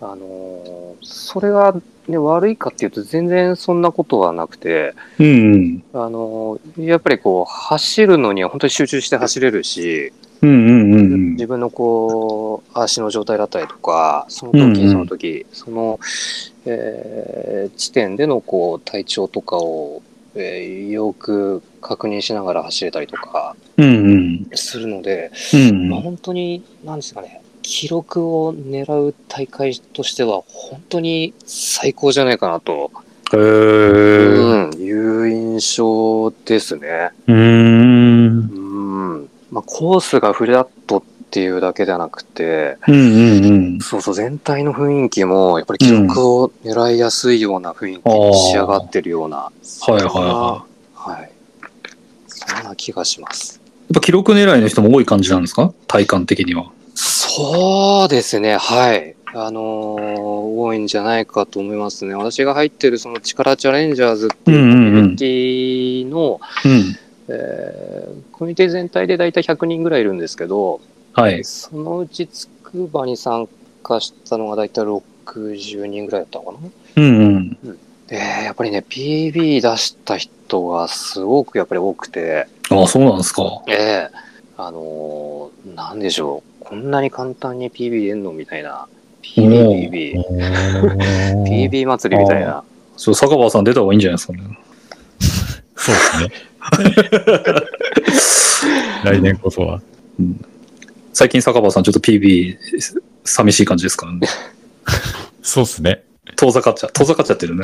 Speaker 3: あのーそれが、ね、悪いかっていうと全然そんなことはなくて、
Speaker 2: うんうん。
Speaker 3: あのーやっぱりこう走るのには本当に集中して走れるし、
Speaker 2: うんうんうん
Speaker 3: 自分のこう足の状態だったりとかその時、
Speaker 2: うんうん
Speaker 3: その時その、えー地点でのこう体調とかを、えーよく確認しながら走れたりとか
Speaker 2: うん。うんうん。
Speaker 3: するので、
Speaker 2: うん
Speaker 3: まあ
Speaker 2: うん。
Speaker 3: 本当に何ですかね記録を狙う大会としては本当に最高じゃないかなと、
Speaker 2: へー。
Speaker 3: うんいう印象ですね。
Speaker 2: うーん。
Speaker 3: うんまあ、コースがフラットっていうだけじゃなくて
Speaker 2: うんうんうん。
Speaker 3: そうそう全体の雰囲気もやっぱり記録を狙いやすいような雰囲気に仕上がってるような、そんな
Speaker 2: はいはいは
Speaker 3: はいそんな気がします。
Speaker 2: やっぱ記録狙いの人も多い感じなんですか体感的には。
Speaker 3: そうですね、はい。あのー多いんじゃないかと思いますね。私が入ってるその力チャレンジャーズっていうコミュニティの、
Speaker 2: うん。
Speaker 3: えーコミュニティ全体でだいたい100人ぐらいいるんですけど、
Speaker 2: はい。
Speaker 3: そのうちつくばに参加したのがだいたい60人ぐらいだったのかな。
Speaker 2: うんうん。
Speaker 3: で、やっぱりね、PB 出した人がすごくやっぱり多くて、
Speaker 2: ああ、そうなんですか。
Speaker 3: ええあのーなんでしょう。こんなに簡単に PB 出んのみたいな。PB、PB、PB 祭りみたいな。
Speaker 2: そう、坂場さん出た方がいいんじゃないですかね。
Speaker 1: そうですね。 来年こそは。
Speaker 2: 最近坂場さんちょっと PB、寂しい感じですからね。
Speaker 1: そうですね。
Speaker 2: 遠ざかっちゃ、遠ざかっちゃってるね。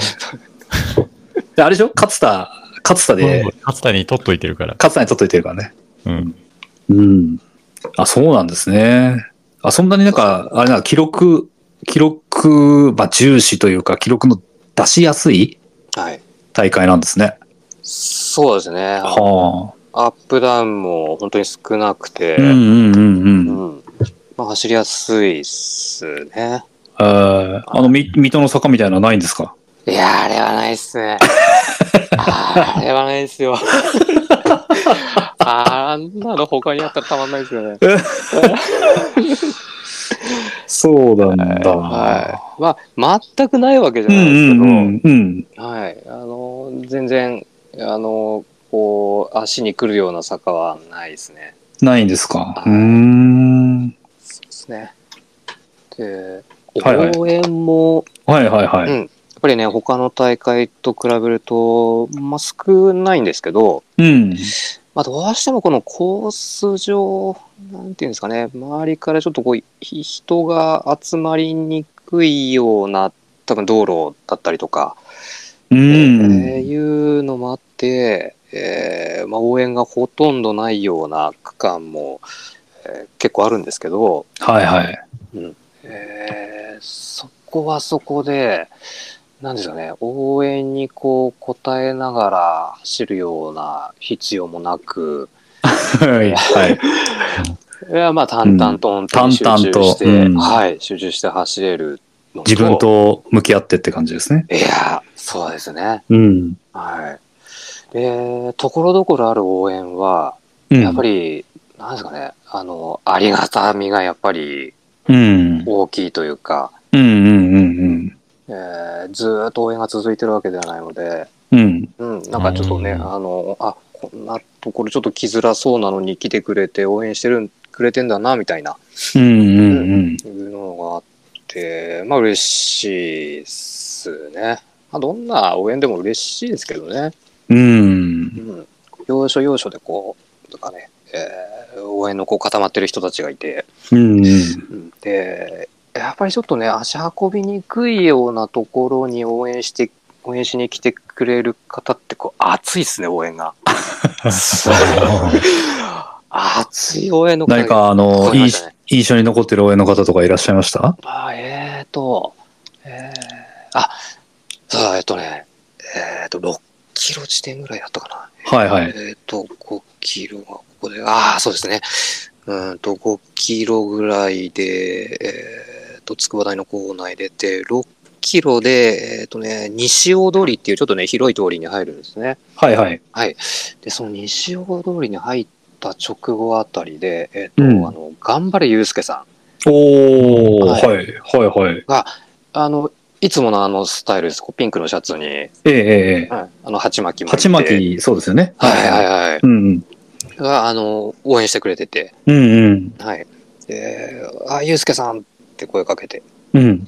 Speaker 2: で あれでしょ勝田、勝田で、
Speaker 1: 勝田に取っといてるから。
Speaker 2: 勝田に取っといてるからね。
Speaker 1: うん。
Speaker 2: うん。あ、そうなんですね。あ、そんなになんか、あれなんか記録、記録、まあ、重視というか、記録の出しやすい
Speaker 3: はい。
Speaker 2: 大会なんですね。
Speaker 3: そうですね。
Speaker 2: は
Speaker 3: アップダウンも本当に少なくて、
Speaker 2: あ。うんうんうん
Speaker 3: う
Speaker 2: うん。
Speaker 3: ん。まあ、走りやすいっすね。
Speaker 2: えーあの、み、水戸の坂みたいなのはないんですか
Speaker 3: いやー、あれはないっす ね。あれはないっす よ。あんなの他にあったらたまんないっすよね。
Speaker 2: そうなんだ。
Speaker 3: はい。まあ、全くないわけじゃ
Speaker 2: う
Speaker 3: ないですけ
Speaker 2: ん
Speaker 3: ど、
Speaker 2: うんうんうん。
Speaker 3: はい。あの、全然、あの、こう、足に来るような坂はないですね。
Speaker 2: ないんですか。
Speaker 3: は
Speaker 2: う
Speaker 3: い
Speaker 2: ーん。
Speaker 3: そうですね。で、
Speaker 2: はいはい
Speaker 3: 応援も、
Speaker 2: はいはいはい。
Speaker 3: うんやっぱりね、他の大会と比べると、まあ、少ないんですけど、
Speaker 2: うん。
Speaker 3: まあ、どうしてもこのコース上、なんていうんですかね、周りからちょっとこう、ひ人が集まりにくいような、多分道路だったりとか、
Speaker 2: う
Speaker 3: えー
Speaker 2: ん。
Speaker 3: いうのもあって、えーまあ、応援がほとんどないような区間も、えー結構あるんですけど、
Speaker 2: はい はい。
Speaker 3: えーそこはそこで、なんですかね、応援にこう応えながら走るような必要もなく、
Speaker 2: はいはい。
Speaker 3: いやまあ淡々と本当に集中
Speaker 2: 淡々と
Speaker 3: して、
Speaker 2: うん
Speaker 3: はい、集中して走れるの
Speaker 2: 自分。と向き合ってって感じですね。
Speaker 3: いや、そうですね。
Speaker 2: うん。
Speaker 3: はい。えー、ところどころある応援は、
Speaker 2: うん。
Speaker 3: やっぱり、なんですかね、あの、ありがたみがやっぱり
Speaker 2: うん。うん
Speaker 3: 大きいというか、
Speaker 2: うんうん
Speaker 3: えーずーっと応援が続いてるわけではないので、
Speaker 2: うん。うん。
Speaker 3: うん、なんかちょっとね、
Speaker 1: うん
Speaker 3: あの、あ、こんなところちょっと来づらそうなのに来てくれて、応援してるん、くれてんだな、みたいな、
Speaker 2: うんうんうん。
Speaker 3: いうのがあって、まあ嬉しいっすね。まあ、どんな応援でも嬉しいですけどね。
Speaker 2: うん。
Speaker 3: うん、要所要所でこう、とかね、えー応援のこう固まってる人たちがいて、
Speaker 2: うん。
Speaker 3: うんで、やっぱりちょっとね、足運びにくいようなところに応援して、応援しに来てくれる方って、こう、熱いっすね、応援が。熱い応援の方
Speaker 2: 何か、あの、
Speaker 3: 声
Speaker 2: い
Speaker 3: が
Speaker 2: い
Speaker 3: じゃない、
Speaker 2: 印象に残ってる応援の方とかいらっしゃいました
Speaker 3: あーえーと、えー、あ、そうだえっとね、えーと、6キロ地点ぐらいだったかな。
Speaker 2: はいはい。
Speaker 3: えっ、と、5キロがここで、ああ、そうですね。うーんと、5キロぐらいで、えっ、と、筑波大の構内出て、6キロで、えっ、とね、西大通りっていうちょっとね、広い通りに入るんですね。
Speaker 2: はいはい。
Speaker 3: で、その西大通りに入った直後あたりで、えっ、と、
Speaker 2: うん
Speaker 3: あの、頑張れゆうすけさん
Speaker 2: おー、は
Speaker 3: はい
Speaker 2: い、はい、はい。
Speaker 3: が、あの、いつものあのスタイルです。こうピンクのシャツに、はい、
Speaker 2: ええええ。
Speaker 3: あの、鉢巻き巻いて
Speaker 2: 鉢巻き、そうですよね。
Speaker 3: はいはいはい。
Speaker 2: うんうん。
Speaker 3: が、あの、応援してくれてて、
Speaker 2: うんうん。
Speaker 3: はい。で、あ、ゆうすけさんって声かけて、
Speaker 2: うん。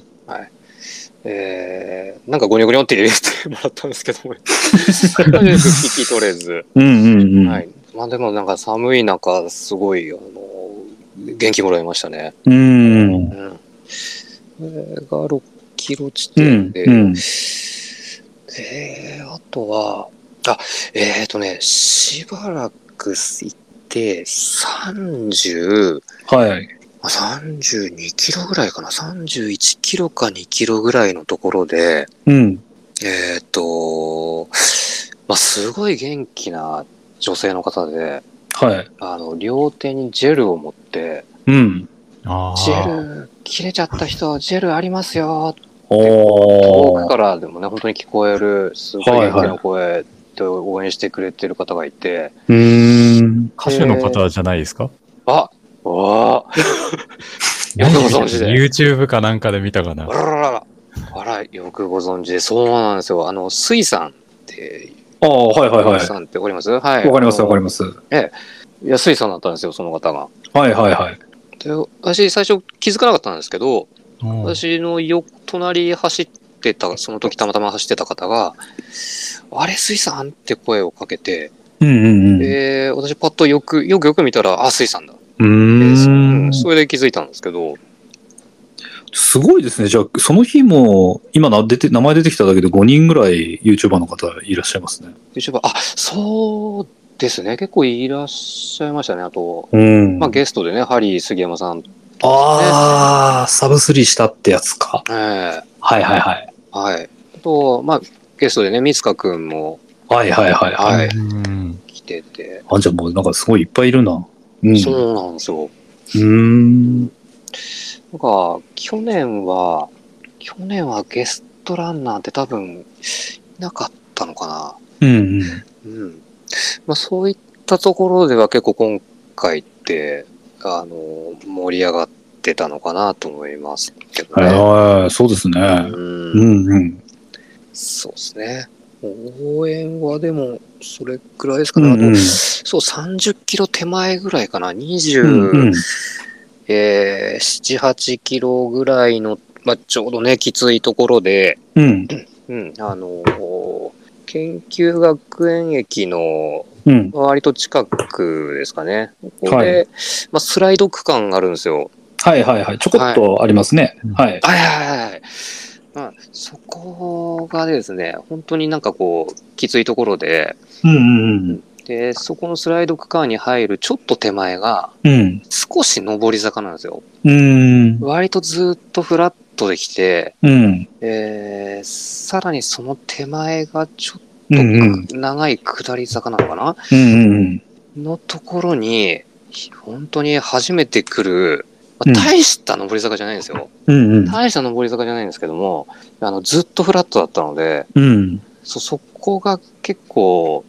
Speaker 3: えー、なんかゴニョゴニョって入れてもらったんですけ ども、聞き取れず。
Speaker 2: うんうんうん。
Speaker 3: はい。まあでもなんか寒い中、すごい、あの、元気もらいましたね。
Speaker 2: うん
Speaker 3: う。ん。これが6キロ地
Speaker 2: う
Speaker 3: 点
Speaker 2: ん。
Speaker 3: で、
Speaker 2: うん。
Speaker 3: えー、あとは、あ、えっ、ー、とね、しばらく行って、30、
Speaker 2: はい。
Speaker 3: まあ32キロぐらいかな、31キロか2キロぐらいのところで、
Speaker 2: うん。
Speaker 3: えーっ、と、まあ、すごい元気な女性の方で、
Speaker 2: はい。
Speaker 3: あの、両手にジェルを持って、
Speaker 2: うん。
Speaker 1: あ
Speaker 3: ジェル、切れちゃった人、ジェルありますよ、遠
Speaker 2: お
Speaker 3: く
Speaker 2: ー。
Speaker 3: からでもね、本当に聞こえる、すごい元気の声で応援してくれてる方がいて、
Speaker 2: うーん。
Speaker 1: 歌手の方じゃないですか、
Speaker 3: あ、わあ、よくご存知で
Speaker 1: YouTube かなんかで見たかな
Speaker 3: あ。らららら、あら、よくご存知で、そうなんですよ。あの、水さんって、
Speaker 2: ああ、はいはいはい。
Speaker 3: 水さんってわかりますはい。
Speaker 2: わかりますわかり
Speaker 3: ま
Speaker 2: ます。
Speaker 3: す。いや、水さんだったんですよ、その方が。
Speaker 2: はいはいはい。
Speaker 3: で私最初気づかなかったんですけど、
Speaker 1: うん
Speaker 3: 私のよ隣走ってたその時たまたま走ってた方が「あれ水さん?」って声をかけて、
Speaker 2: うんうんうん。う
Speaker 3: で私パッとよくよくよく見たら「あ水さんだ」でそ
Speaker 2: ー。
Speaker 3: うんそれで気づいたんですけど
Speaker 2: すごいですね。じゃあ、その日も、今な出て、名前出てきただけで5人ぐらい YouTuber の方いらっしゃいますね。
Speaker 3: YouTuber あそうですね結構いらっしゃいましたねあと、
Speaker 2: うん。
Speaker 3: まあ、ゲストでねハリー杉山さん、
Speaker 2: ああ、サブスリーしたってやつか。
Speaker 3: ええ
Speaker 2: はいはいはい。
Speaker 3: はいあとまあゲストでね三塚くんも
Speaker 2: はいはいはいはい。
Speaker 3: はい
Speaker 1: うん
Speaker 3: 来てて、
Speaker 2: あ、じゃあもうなんかすごいいっぱいいるな。うん。う
Speaker 3: そうなんですよ
Speaker 2: ーん。
Speaker 3: なんか、去年は、去年はゲストランナーって多分、いなかったのかな。
Speaker 2: うん。
Speaker 3: うん。まあ、そういったところでは結構今回って、あの、盛り上がってたのかなと思いますけどね。
Speaker 2: はい、そうですね。
Speaker 3: う、
Speaker 2: うんんうん。
Speaker 3: そうですね。応援はでも、それくらいですか
Speaker 2: う
Speaker 3: ね。
Speaker 2: んうん
Speaker 3: あとそう、30キロ手前ぐらいかな。20、
Speaker 2: うんうん。
Speaker 3: えー、7、8キロぐらいの、まあ、ちょうどね、きついところで、
Speaker 2: うん。
Speaker 3: うん、あのー研究学園駅の
Speaker 2: うん。
Speaker 3: 割と近くですかね。ここで、
Speaker 2: は
Speaker 3: まあ、スライド区間があるんですよ。
Speaker 2: はいはいはい。ちょこっとありますね。はい。
Speaker 3: はいはいはいはい。まあ、そこがですね、本当になんかこう、きついところで、
Speaker 2: うんうん
Speaker 3: で、そこのスライド区間に入るちょっと手前が、
Speaker 2: うん。うん。
Speaker 3: 少し上り坂なんですよ。
Speaker 2: うん。
Speaker 3: 割とずっとフラットできて、
Speaker 2: うん。
Speaker 3: えー、さらにその手前がちょっ
Speaker 2: うんうん。
Speaker 3: と長い下り坂なのかな、
Speaker 2: うんうん。
Speaker 3: のところに、本当に初めて来る、ま
Speaker 2: うん
Speaker 3: あ、大した上り坂じゃないんですよ。
Speaker 2: うんうん。
Speaker 3: 大した上り坂じゃないんですけども、あの、ずっとフラットだったので、
Speaker 2: うん。
Speaker 3: そ、そこが結構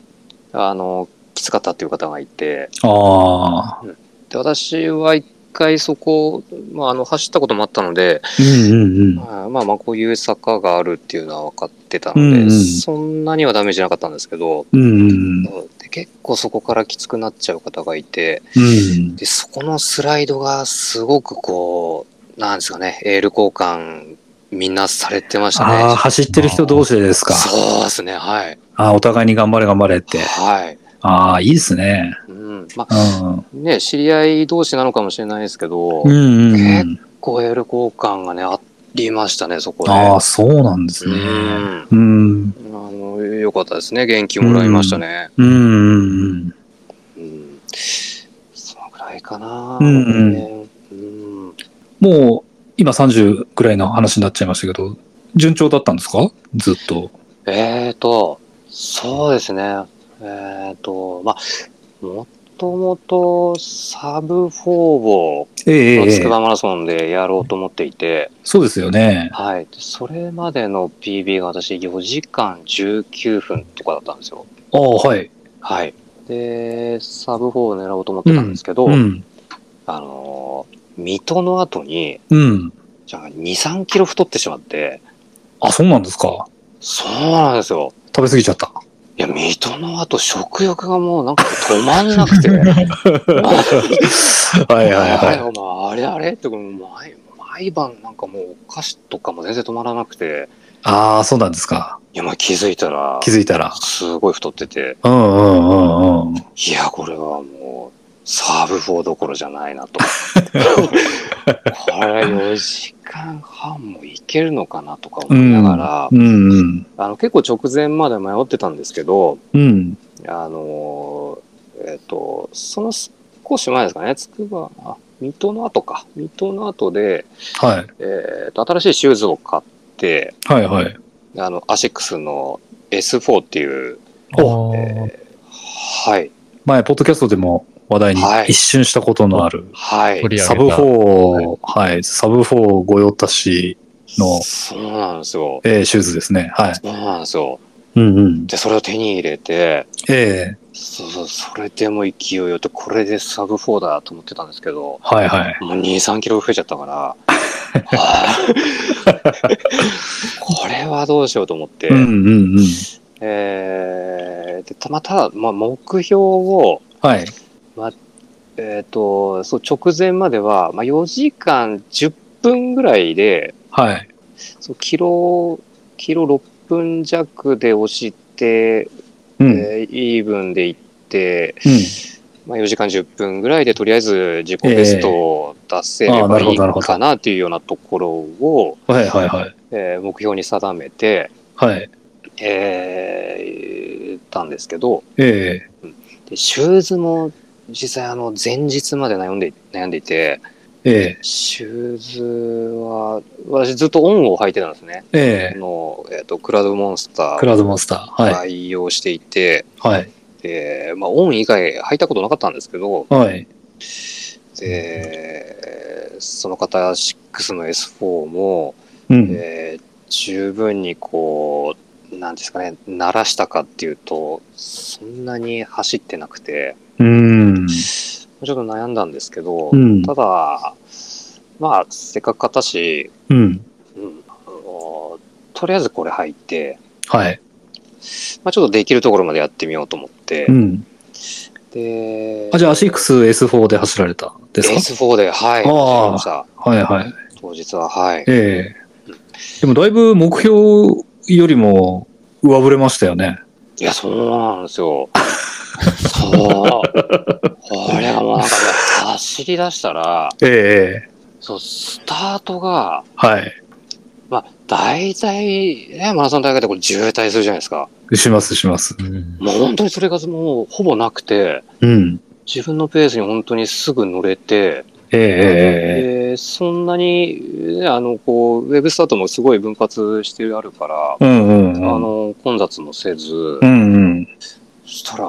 Speaker 3: あの、きつかったっていう方がいて、
Speaker 2: ああ。
Speaker 3: で、私は一回そこ、まあ、あの、走ったこともあったので、
Speaker 2: うんうんうん。
Speaker 3: まあまあまあ、こういう坂があるっていうのは分かってたので、
Speaker 2: うんうん
Speaker 3: そんなにはダメージなかったんですけど、
Speaker 2: うんうんうん。
Speaker 3: で結構そこからきつくなっちゃう方がいて、
Speaker 2: うん。
Speaker 3: で、そこのスライドがすごくこう、なんですかね、エール交換、みんなされてました
Speaker 2: ああ、
Speaker 3: ね。
Speaker 2: 走ってる人同士でですか。
Speaker 3: そうですね、はい。
Speaker 2: ああ、お互いに頑張れ頑張れって。
Speaker 3: はい。
Speaker 2: ああ、いいですね。
Speaker 3: うん。ま
Speaker 2: う
Speaker 3: あ、
Speaker 2: ん。
Speaker 3: ね、知り合い同士なのかもしれないですけど、
Speaker 2: うんうんう
Speaker 3: 結
Speaker 2: ん。
Speaker 3: 構エール交換がね、ありましたね、そこで。
Speaker 2: ああ、そうなんです
Speaker 3: う
Speaker 2: ね。
Speaker 3: ん。
Speaker 2: うん。
Speaker 3: あの、よかったですね。元気もらいましたね。
Speaker 2: うんうん
Speaker 3: うん。そのくらいかな。
Speaker 2: うんうん
Speaker 3: ねう
Speaker 2: う
Speaker 3: ん
Speaker 2: ん。もう、今30ぐらいの話になっちゃいましたけど、順調だったんですかずっと。
Speaker 3: えーと、そうですね。えーと、まあ、もともとサブフォーボ
Speaker 2: えええ
Speaker 3: ーの
Speaker 2: え
Speaker 3: つくばマラソンでやろうと思っていて、
Speaker 2: そうですよね。
Speaker 3: はい。でそれまでの PB が私4時間19分とかだったんですよ。
Speaker 2: ああ、はい。
Speaker 3: はい。で、サブ4を狙おうと思ってたんですけど、
Speaker 2: うん。
Speaker 3: あのー、水戸の後に、
Speaker 2: うん。
Speaker 3: じゃあ2、3キロ太ってしまって、
Speaker 2: あ、そうなんですか。
Speaker 3: そうなんですよ。
Speaker 2: 食べ過ぎちゃった。
Speaker 3: いや、水戸の後、食欲がもうなんか止まんなく て。
Speaker 2: はいはいはい。
Speaker 3: あれお前あれあれって、これもう毎毎晩なんかもうお菓子とかも全然止まらなくて、
Speaker 2: ああ、そうなんですか。
Speaker 3: いや、まあ気づいたら、
Speaker 2: 気づいたら。
Speaker 3: すごい太ってて、
Speaker 2: うんうんうんうん。
Speaker 3: いや、これはもう、サーブ4どころじゃないなと。これ4時間半もいけるのかなとか思いながら、
Speaker 2: うんうん。
Speaker 3: あの結構直前まで迷ってたんですけど、
Speaker 2: うん。
Speaker 3: あのーえっ、と、その少し前ですかね、つくば、あ、水戸の後か。水戸の後で、
Speaker 2: はい。
Speaker 3: えっ、と、新しいシューズを買って、
Speaker 2: はいはい。
Speaker 3: あの、アシックスの S4 っていう、
Speaker 1: お
Speaker 3: はい、
Speaker 2: 前、ポッドキャストでも話題に
Speaker 3: はい
Speaker 2: 一瞬したことのある。
Speaker 3: はい。
Speaker 1: 取り
Speaker 2: サ
Speaker 1: 上
Speaker 2: ブ
Speaker 1: げ
Speaker 2: 4
Speaker 1: た
Speaker 2: を、はい、サブ4をご用達、の
Speaker 3: そうなんですよ。
Speaker 2: えーシューズですね。はい。
Speaker 3: そうなんですよ。
Speaker 2: うんうん。
Speaker 3: で、それを手に入れて、
Speaker 2: ええ
Speaker 3: そうそう、それでも勢いよって、これでサブ4だと思ってたんですけど、
Speaker 2: はいはい。
Speaker 3: もう2、3キロ増えちゃったから、 はいこれはどうしようと思って、
Speaker 2: うんうんうん。
Speaker 3: えーでたまただ、まあ、目標を、
Speaker 2: はい。
Speaker 3: えっ、と、そう、直前までは、まあ、4時間10分ぐらいで、
Speaker 2: はい。
Speaker 3: そう、キロ、キロ6分弱で押して、
Speaker 2: うん。うん。
Speaker 3: えーイーブンで行って、まあ、4時間10分ぐらいでとりあえず自己
Speaker 2: ええ
Speaker 3: ベストを出せれ
Speaker 2: ああな
Speaker 3: ば
Speaker 2: るほ
Speaker 3: い
Speaker 2: どな
Speaker 3: い
Speaker 2: るほど
Speaker 3: かなっていうようなところを、
Speaker 2: はいはいはい。
Speaker 3: えー目標に定めて、
Speaker 2: はい。
Speaker 3: えーたんですけど
Speaker 2: ええ
Speaker 3: でシューズも実際あの前日まで悩んで悩んでいて
Speaker 2: ええ
Speaker 3: シューズは私ずっとオンを履いてたんですね、
Speaker 2: え
Speaker 3: あ
Speaker 2: え
Speaker 3: のえー、とクラウドモンスタ
Speaker 2: ク
Speaker 3: ー
Speaker 2: ラウドモンスター。はい。
Speaker 3: 愛用していて、
Speaker 2: はい。
Speaker 3: でまあ、オン以外履いたことなかったんですけど、
Speaker 2: はい。
Speaker 3: で、その方、6の S4 も、
Speaker 2: うん。
Speaker 3: えー十分にこう、なんですかね、鳴らしたかっていうと、そんなに走ってなくて、
Speaker 2: うん。
Speaker 3: ちょっと悩んだんですけど、
Speaker 2: うん
Speaker 3: ただ、まあ、せっかく買ったし、
Speaker 2: うん。
Speaker 3: うんあのとりあえずこれ入って、
Speaker 2: はい。
Speaker 3: まあ、ちょっとできるところまでやってみようと思って、
Speaker 2: うん。
Speaker 3: で、
Speaker 2: あ、じゃあ、アシックス S4 で走られたんですか
Speaker 3: S4 で、はい、
Speaker 2: ああ
Speaker 3: 走りました
Speaker 2: はいはい。
Speaker 3: 当日は、はい。
Speaker 2: ええでも、だいぶ目標よりも上振れましたよね。
Speaker 3: いや、そうなんですよ。 そう。これがもうなんかね、走り出したら、
Speaker 2: ええええ
Speaker 3: そう、スタートが、
Speaker 2: はい。
Speaker 3: まあ、大体、ね、マラソン大会ってこれ渋滞するじゃないですか。
Speaker 2: しますします。
Speaker 1: うん
Speaker 3: もう本当にそれがもうほぼなくて、
Speaker 2: うん。
Speaker 3: 自分のペースに本当にすぐ乗れて、
Speaker 2: ええええ
Speaker 3: でそんなに、ねあの、こう、ウェブスタートもすごい分割してあるから、
Speaker 2: うんうんうん。
Speaker 3: あの、混雑もせず
Speaker 2: う、んうん。
Speaker 3: そしたら、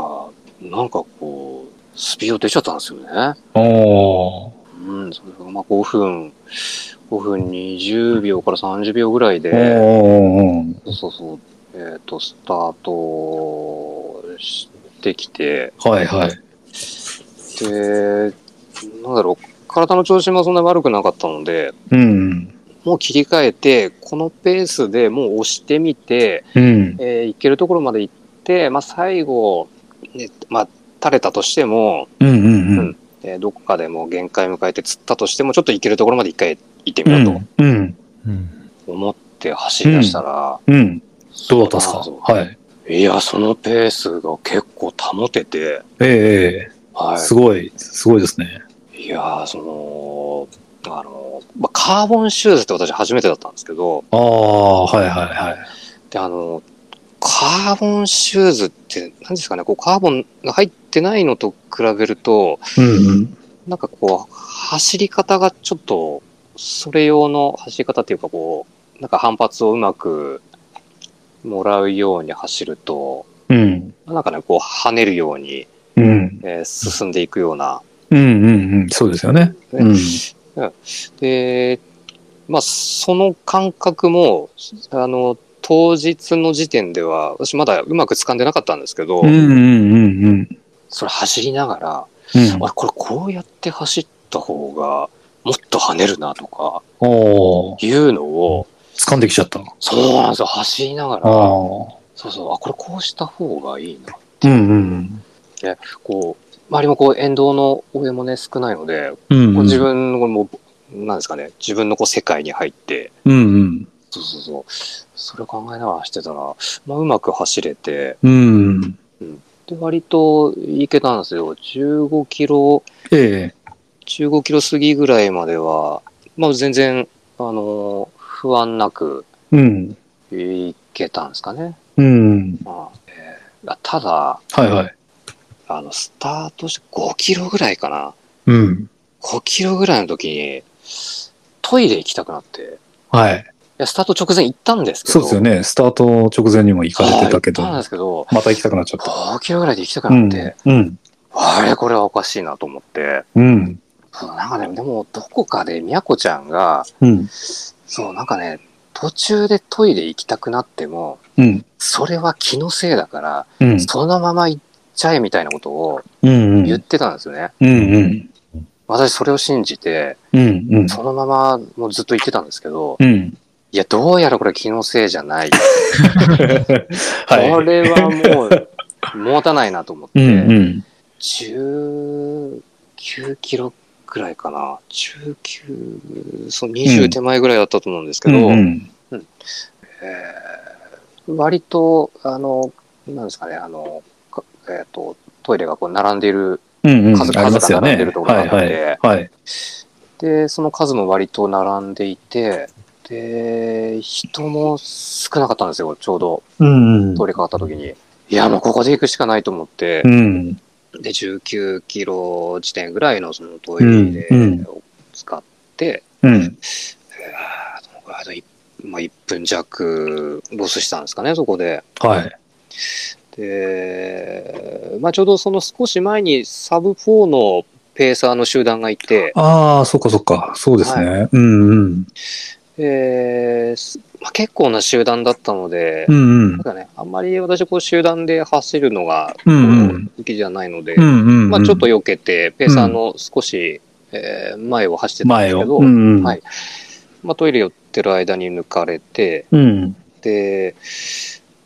Speaker 3: なんかこう、スピード出ちゃったんですよね。
Speaker 2: おー
Speaker 3: うん、それがまあ5分、5分20秒から30秒ぐらい
Speaker 2: おー
Speaker 3: で、
Speaker 2: おーおー
Speaker 3: そうそうそう、えっ、と、スタートしってきて、
Speaker 2: はいはい。
Speaker 3: で、なんだろう、体の調子もそんなに悪くなかったので、
Speaker 2: うん。
Speaker 3: もう切り替えて、このペースでもう押してみて、
Speaker 2: うん。
Speaker 3: えー行けるところまで行って、まあ、最後、ね、まあ、垂れたとしても、
Speaker 2: うんうんうん。
Speaker 3: えーどこかでもう限界迎えて釣ったとしても、ちょっと行けるところまで一回行ってみ
Speaker 2: う。
Speaker 3: ようん
Speaker 2: うん。
Speaker 1: うん。
Speaker 3: と思って走り出したら、
Speaker 2: うん。どうだったっすか
Speaker 3: そう
Speaker 2: はい。
Speaker 3: いや、そのペースが結構保てて、
Speaker 2: ええええ。
Speaker 3: は
Speaker 2: すごい、すごいですね。
Speaker 3: い。いやー、その、あの、まあ、カーボンシューズって私初めてだったんですけど、
Speaker 2: ああ、はいはいはい。
Speaker 3: で、あの、カーボンシューズって、何ですかね、こう、カーボンが入ってないのと比べると、
Speaker 2: うんうん。
Speaker 3: なんかこう、走り方がちょっと、それ用の走り方っていうか、こう、なんか反発をうまくもらうように走ると、
Speaker 2: うん。
Speaker 3: なんかね、こう、跳ねるように、
Speaker 2: うん。
Speaker 3: えー進んでいくような、
Speaker 2: うんうんうん。そうですよね。うん。
Speaker 3: で、まあ、その感覚も、あの、当日の時点では、私まだうまく掴んでなかったんですけど、
Speaker 2: うんうんうんうん。
Speaker 3: それ走りながら、
Speaker 2: うん
Speaker 3: あれ、これこうやって走った方が、もっと跳ねるなとか、
Speaker 2: おー
Speaker 3: いうのを、
Speaker 2: 掴んできちゃった。あ
Speaker 3: そうなんですよ、走りなが
Speaker 2: あ
Speaker 3: ら、
Speaker 2: ー。
Speaker 3: そうそう、あ、これこうした方がいいな。
Speaker 2: うんうん
Speaker 3: こう、周りもこう、沿道の応援もね、少ないので、
Speaker 2: うん。うん
Speaker 3: こう自。分の、もう、なんですかね、自分のこう、世界に入って、
Speaker 2: うんうん。
Speaker 3: そうそうそう。それを考えながら走ってたら、まあ、うまく走れて、
Speaker 2: うん。
Speaker 3: で、割と行けたんですよ。15キロ、
Speaker 2: ええ。
Speaker 3: 15キロ過ぎぐらいまでは、まあ、全然、あのー、不安なく
Speaker 2: うん。
Speaker 3: 行けたんですかね。
Speaker 2: うん。
Speaker 3: まあえーあただ、
Speaker 2: はいはい。
Speaker 3: あの、スタートして5キロぐらいかな。
Speaker 2: うん。
Speaker 3: 5キロぐらいの時に、トイレ行きたくなって、い
Speaker 2: はい。
Speaker 3: や、スタート直前行ったんですけ
Speaker 2: そ
Speaker 3: ど。
Speaker 2: うですよね。スタート直前にも行かれてたけど、
Speaker 3: はい行ったん
Speaker 2: ま
Speaker 3: ですけど、
Speaker 2: た行きたくなっちゃった。
Speaker 3: 5キロぐらいで行きたく
Speaker 2: う
Speaker 3: なっ
Speaker 2: ん
Speaker 3: て、。
Speaker 2: うん。
Speaker 3: あれ、これはおかしいなと思って。
Speaker 2: うん。
Speaker 3: そうなんかね、でも、どこかで、みやこちゃんが、
Speaker 2: うん。
Speaker 3: そう、なんかね、途中でトイレ行きたくなっても、
Speaker 2: うん。
Speaker 3: それは気のせいだから、
Speaker 2: うん。
Speaker 3: そのまま行っちゃえみたいなことを
Speaker 2: うん。
Speaker 3: 言ってたんですよね。
Speaker 2: うん。うん。
Speaker 3: 私、それを信じて、
Speaker 2: うん。うん。
Speaker 3: そのまま、もうずっと行ってたんですけど、
Speaker 2: うん。
Speaker 3: いや、どうやらこれ気のせいじゃない。こ
Speaker 2: は
Speaker 3: れはも う、持たないなと思っ
Speaker 2: い。う
Speaker 3: て、
Speaker 2: ん。うん。
Speaker 3: 19キロくらいかな。19、そう、20手前ぐらいだったと思うんですけど、
Speaker 2: うん。
Speaker 3: えー割と、あの、なんですかね、あの、かえっ、と、トイレがこう並んでいる、
Speaker 2: うん。
Speaker 3: 数
Speaker 2: ありますよ
Speaker 3: 数が並ん
Speaker 2: ね
Speaker 3: でると。ころがあ
Speaker 2: は
Speaker 3: っ
Speaker 2: い
Speaker 3: て
Speaker 2: はい。はい。
Speaker 3: で、その数も割と並んでいて、で、人も少なかったんですよ、ちょうど、
Speaker 2: うん。
Speaker 3: 通りかかった時に。いや、もうここで行くしかないと思って
Speaker 2: う、ん。
Speaker 3: で、19キロ地点ぐらいのそのトイレで
Speaker 2: うんうん
Speaker 3: 使って、
Speaker 2: うん。
Speaker 3: あーどのくらいだいまあ、1分弱ボスしたんですかね、そこで。
Speaker 2: はい。
Speaker 3: で、まあ、ちょうどその少し前にサブ4のペーサーの集団がいて、
Speaker 2: ああ、そっかそっか。そうですね。うんうん。
Speaker 3: えーすまあ、結構な集団だったので、
Speaker 2: うんう
Speaker 3: なん
Speaker 2: ん。
Speaker 3: かね、あんまり私こう集団で走るのが
Speaker 2: うんうん
Speaker 3: こう好きじゃないので、
Speaker 2: うんうん。
Speaker 3: まあ、ちょっと避けて、ペーサーの少し、えー前を走ってたんで
Speaker 2: 前
Speaker 3: すけ
Speaker 2: を。
Speaker 3: ど、
Speaker 2: うんうん。
Speaker 3: はいまあ、トイレ寄ってる間に抜かれて、
Speaker 2: うん。
Speaker 3: で、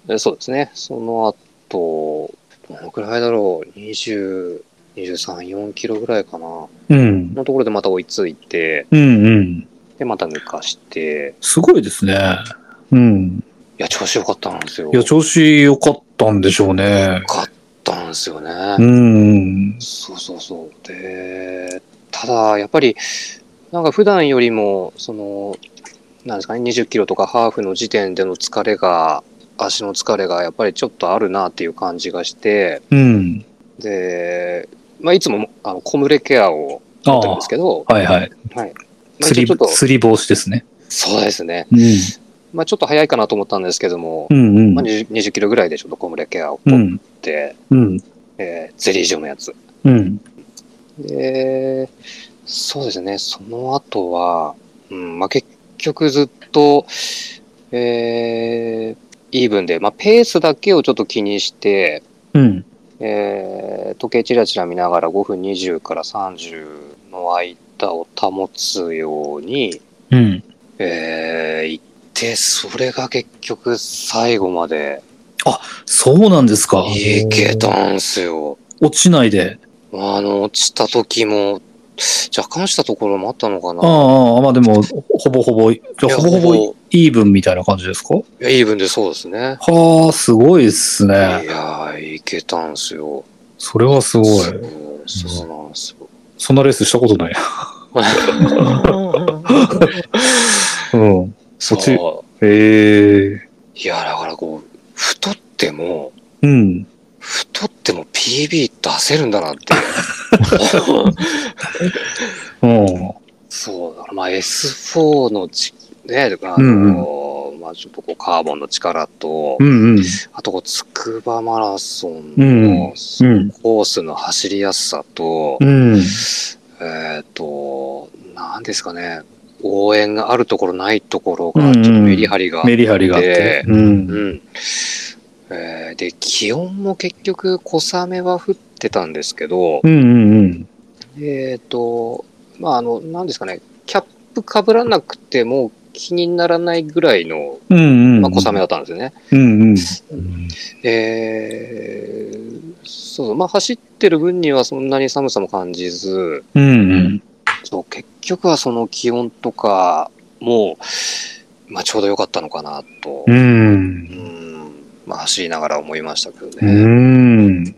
Speaker 3: えそうですね、その後、どのくらいだろう、20、23、4キロぐらいかな。
Speaker 2: うん。
Speaker 3: のところでまた追いついて、
Speaker 2: うんうん。
Speaker 3: で、また抜かして、
Speaker 2: すごいですね。うん。
Speaker 3: いや、調子良かったんですよ。
Speaker 2: いや、調子良かったんでしょうね
Speaker 3: 良。かったんですよね。
Speaker 2: うん。
Speaker 3: そうそうそう。で、ただ、やっぱり、なんか普段よりも、その、なんですかね、20キロとかハーフの時点での疲れが、足の疲れがやっぱりちょっとあるなっていう感じがして、
Speaker 2: うん。
Speaker 3: で、まあ、いつも、あの、小牟礼ケアを
Speaker 2: あ
Speaker 3: やってるん
Speaker 2: あ
Speaker 3: ですけど、
Speaker 2: はいはい。
Speaker 3: まあ、一
Speaker 2: 釣
Speaker 3: 応ちょっ
Speaker 2: り、
Speaker 3: と、
Speaker 2: 釣り防止ですね。
Speaker 3: そうですね。
Speaker 2: うん。
Speaker 3: まあ、ちょっと早いかなと思ったんですけども、
Speaker 2: うんう
Speaker 3: まあ、
Speaker 2: ん。
Speaker 3: 20, 20キロぐらいでちょっと小牟礼ケアを
Speaker 2: う
Speaker 3: 取っ
Speaker 2: ん。
Speaker 3: て、
Speaker 2: うん。
Speaker 3: えーゼリー状のやつ。
Speaker 2: うん。
Speaker 3: で、そうですね、その後は、うん、まあ、結局ずっと、えーイーブンで、まあ、ペースだけをちょっと気にして、
Speaker 2: うん。
Speaker 3: ええー時計ちらちら見ながら5分20から30の間を保つように、
Speaker 2: うん。
Speaker 3: えー行って、それが結局最後まで
Speaker 2: そうなんですか。
Speaker 3: いけたんすよ。
Speaker 2: 落ちないで。
Speaker 3: あの、落ちた時も、若干したところもあったのか
Speaker 2: あ
Speaker 3: な。
Speaker 2: あああ、まあでも、ほぼほぼ、じゃ
Speaker 3: い
Speaker 2: あ
Speaker 3: や
Speaker 2: ほぼほぼイーブンみたいな感じですか
Speaker 3: いや、イーブンでそうですね。
Speaker 2: はあ、すごいです
Speaker 3: い
Speaker 2: ね。
Speaker 3: やー、いけたんすよ。
Speaker 2: それはすごい。
Speaker 3: そうそうなんですよ。
Speaker 2: そんなレースしたことない。 うん。
Speaker 3: そ
Speaker 2: っち
Speaker 3: う。
Speaker 2: ええ
Speaker 3: いや、だからこう、太っても、
Speaker 2: うん。
Speaker 3: 太っても PB 出せるんだなって。
Speaker 2: うん。
Speaker 3: そうだから、まあ S4 のち、ね、あの、まあちょっとこうカーボンの力と、
Speaker 2: うんうん。
Speaker 3: あとこう、つくばマラソン
Speaker 2: うん
Speaker 3: の
Speaker 2: うん。
Speaker 3: コースの走りやすさと、
Speaker 2: うん。
Speaker 3: えっ、と、なんですかね、応援があるところないところ
Speaker 2: うんう
Speaker 3: が、ち
Speaker 2: ん
Speaker 3: ょっとメリハリがあって
Speaker 2: メリハリがあって。うん。
Speaker 3: うん。えーで、気温も結局、小雨は降ってたんですけど、
Speaker 2: うんうんうん。
Speaker 3: えっ、と、まあ、あの、なんですかね、キャップかぶらなくても気にならないぐらいの、
Speaker 2: うんうん。
Speaker 3: まあ、小雨だったんですよね。
Speaker 2: うんうん。
Speaker 3: えーそうそう、まあ、走ってる分にはそんなに寒さも感じず、
Speaker 2: うんうん。
Speaker 3: そう結局はその気温とかも、まあ、ちょうど良かったのかなと、
Speaker 2: うん
Speaker 3: う。んまあ、走りながら思いましたけど
Speaker 2: う
Speaker 3: ね。
Speaker 2: ん。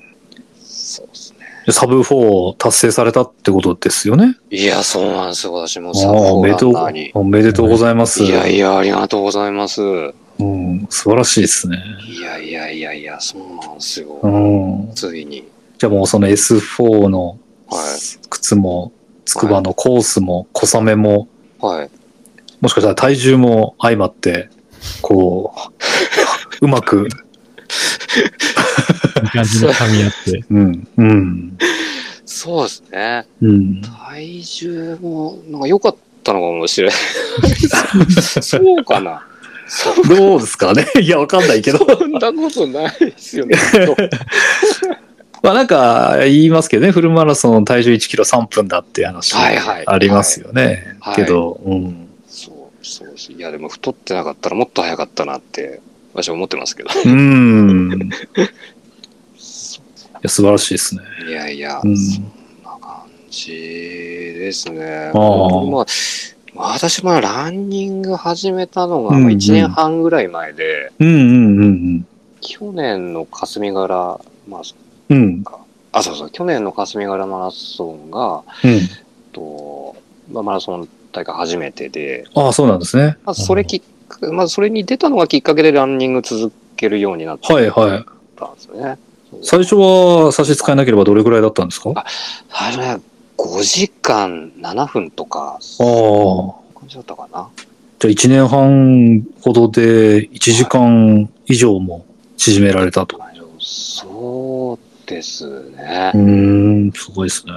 Speaker 3: そうですね。
Speaker 2: サブ4を達成されたってことですよね。
Speaker 3: いや、そうなんですよ。私も
Speaker 2: あ
Speaker 3: サ
Speaker 2: あお
Speaker 3: ブ
Speaker 2: め
Speaker 3: ラ
Speaker 2: でと
Speaker 3: ンナーに。
Speaker 2: う、おめでとうございます。
Speaker 3: いやいや、ありがとうございます。
Speaker 2: うん、素晴らしいですね。
Speaker 3: いやいやいやいや、そうなんですよ。
Speaker 2: うん。
Speaker 3: ついに。
Speaker 2: じゃあもうその S4 の
Speaker 3: は
Speaker 2: 靴も、筑波のコースも、小雨も、
Speaker 3: い。はい。
Speaker 2: もしかしたら体重も相まって、こう、うまく、
Speaker 1: いい感じに噛み合って。
Speaker 2: うん、うん、
Speaker 3: そうですね。
Speaker 2: うん。
Speaker 3: 体重も、なんか良かったのかもし れない。そうかな。そ
Speaker 2: どうですかね いや、わかんないけど。
Speaker 3: んなことないです よね。
Speaker 2: まあなんか言いますけどね、フルマラソン体重1キロ3分だって話
Speaker 3: はいはい
Speaker 2: ありますよね。
Speaker 3: はい
Speaker 2: けど、うん。
Speaker 3: そう、そうです。いや、でも太ってなかったらもっと早かったなって、私は思ってますけど。
Speaker 2: うん。いや、素晴らしいですね。
Speaker 3: いやいや、
Speaker 2: うん
Speaker 3: そんな感じです
Speaker 2: あ
Speaker 3: ね。
Speaker 2: ー
Speaker 3: まあ私もランニング始めたのが
Speaker 2: うんうん
Speaker 3: 1年半ぐらい前で、
Speaker 2: うんうんうん
Speaker 3: 去年の霞ヶ浦マラソ
Speaker 2: う
Speaker 3: ン
Speaker 2: ん。うん。
Speaker 3: か。あ、そうそう、去年の霞ヶ浦マラソンが、
Speaker 2: うん。
Speaker 3: とまあ、マラソン大会初めてで、
Speaker 2: ああ、そうなんですね。
Speaker 3: まあ、それきっかけ、まあ、それに出たのがきっかけでランニング続けるようになっ
Speaker 2: はいはい。
Speaker 3: たんですよね。
Speaker 2: 最初は差し支えなければどれぐらいだったんですかあ
Speaker 3: ああれ、5時間7分と
Speaker 2: あ
Speaker 3: か、そ
Speaker 2: ー。
Speaker 3: ういう感じだったかな。
Speaker 2: じゃあ1年半ほどで1時間以上も縮められたと。
Speaker 3: そうですね
Speaker 2: う。ーん、すごいですね。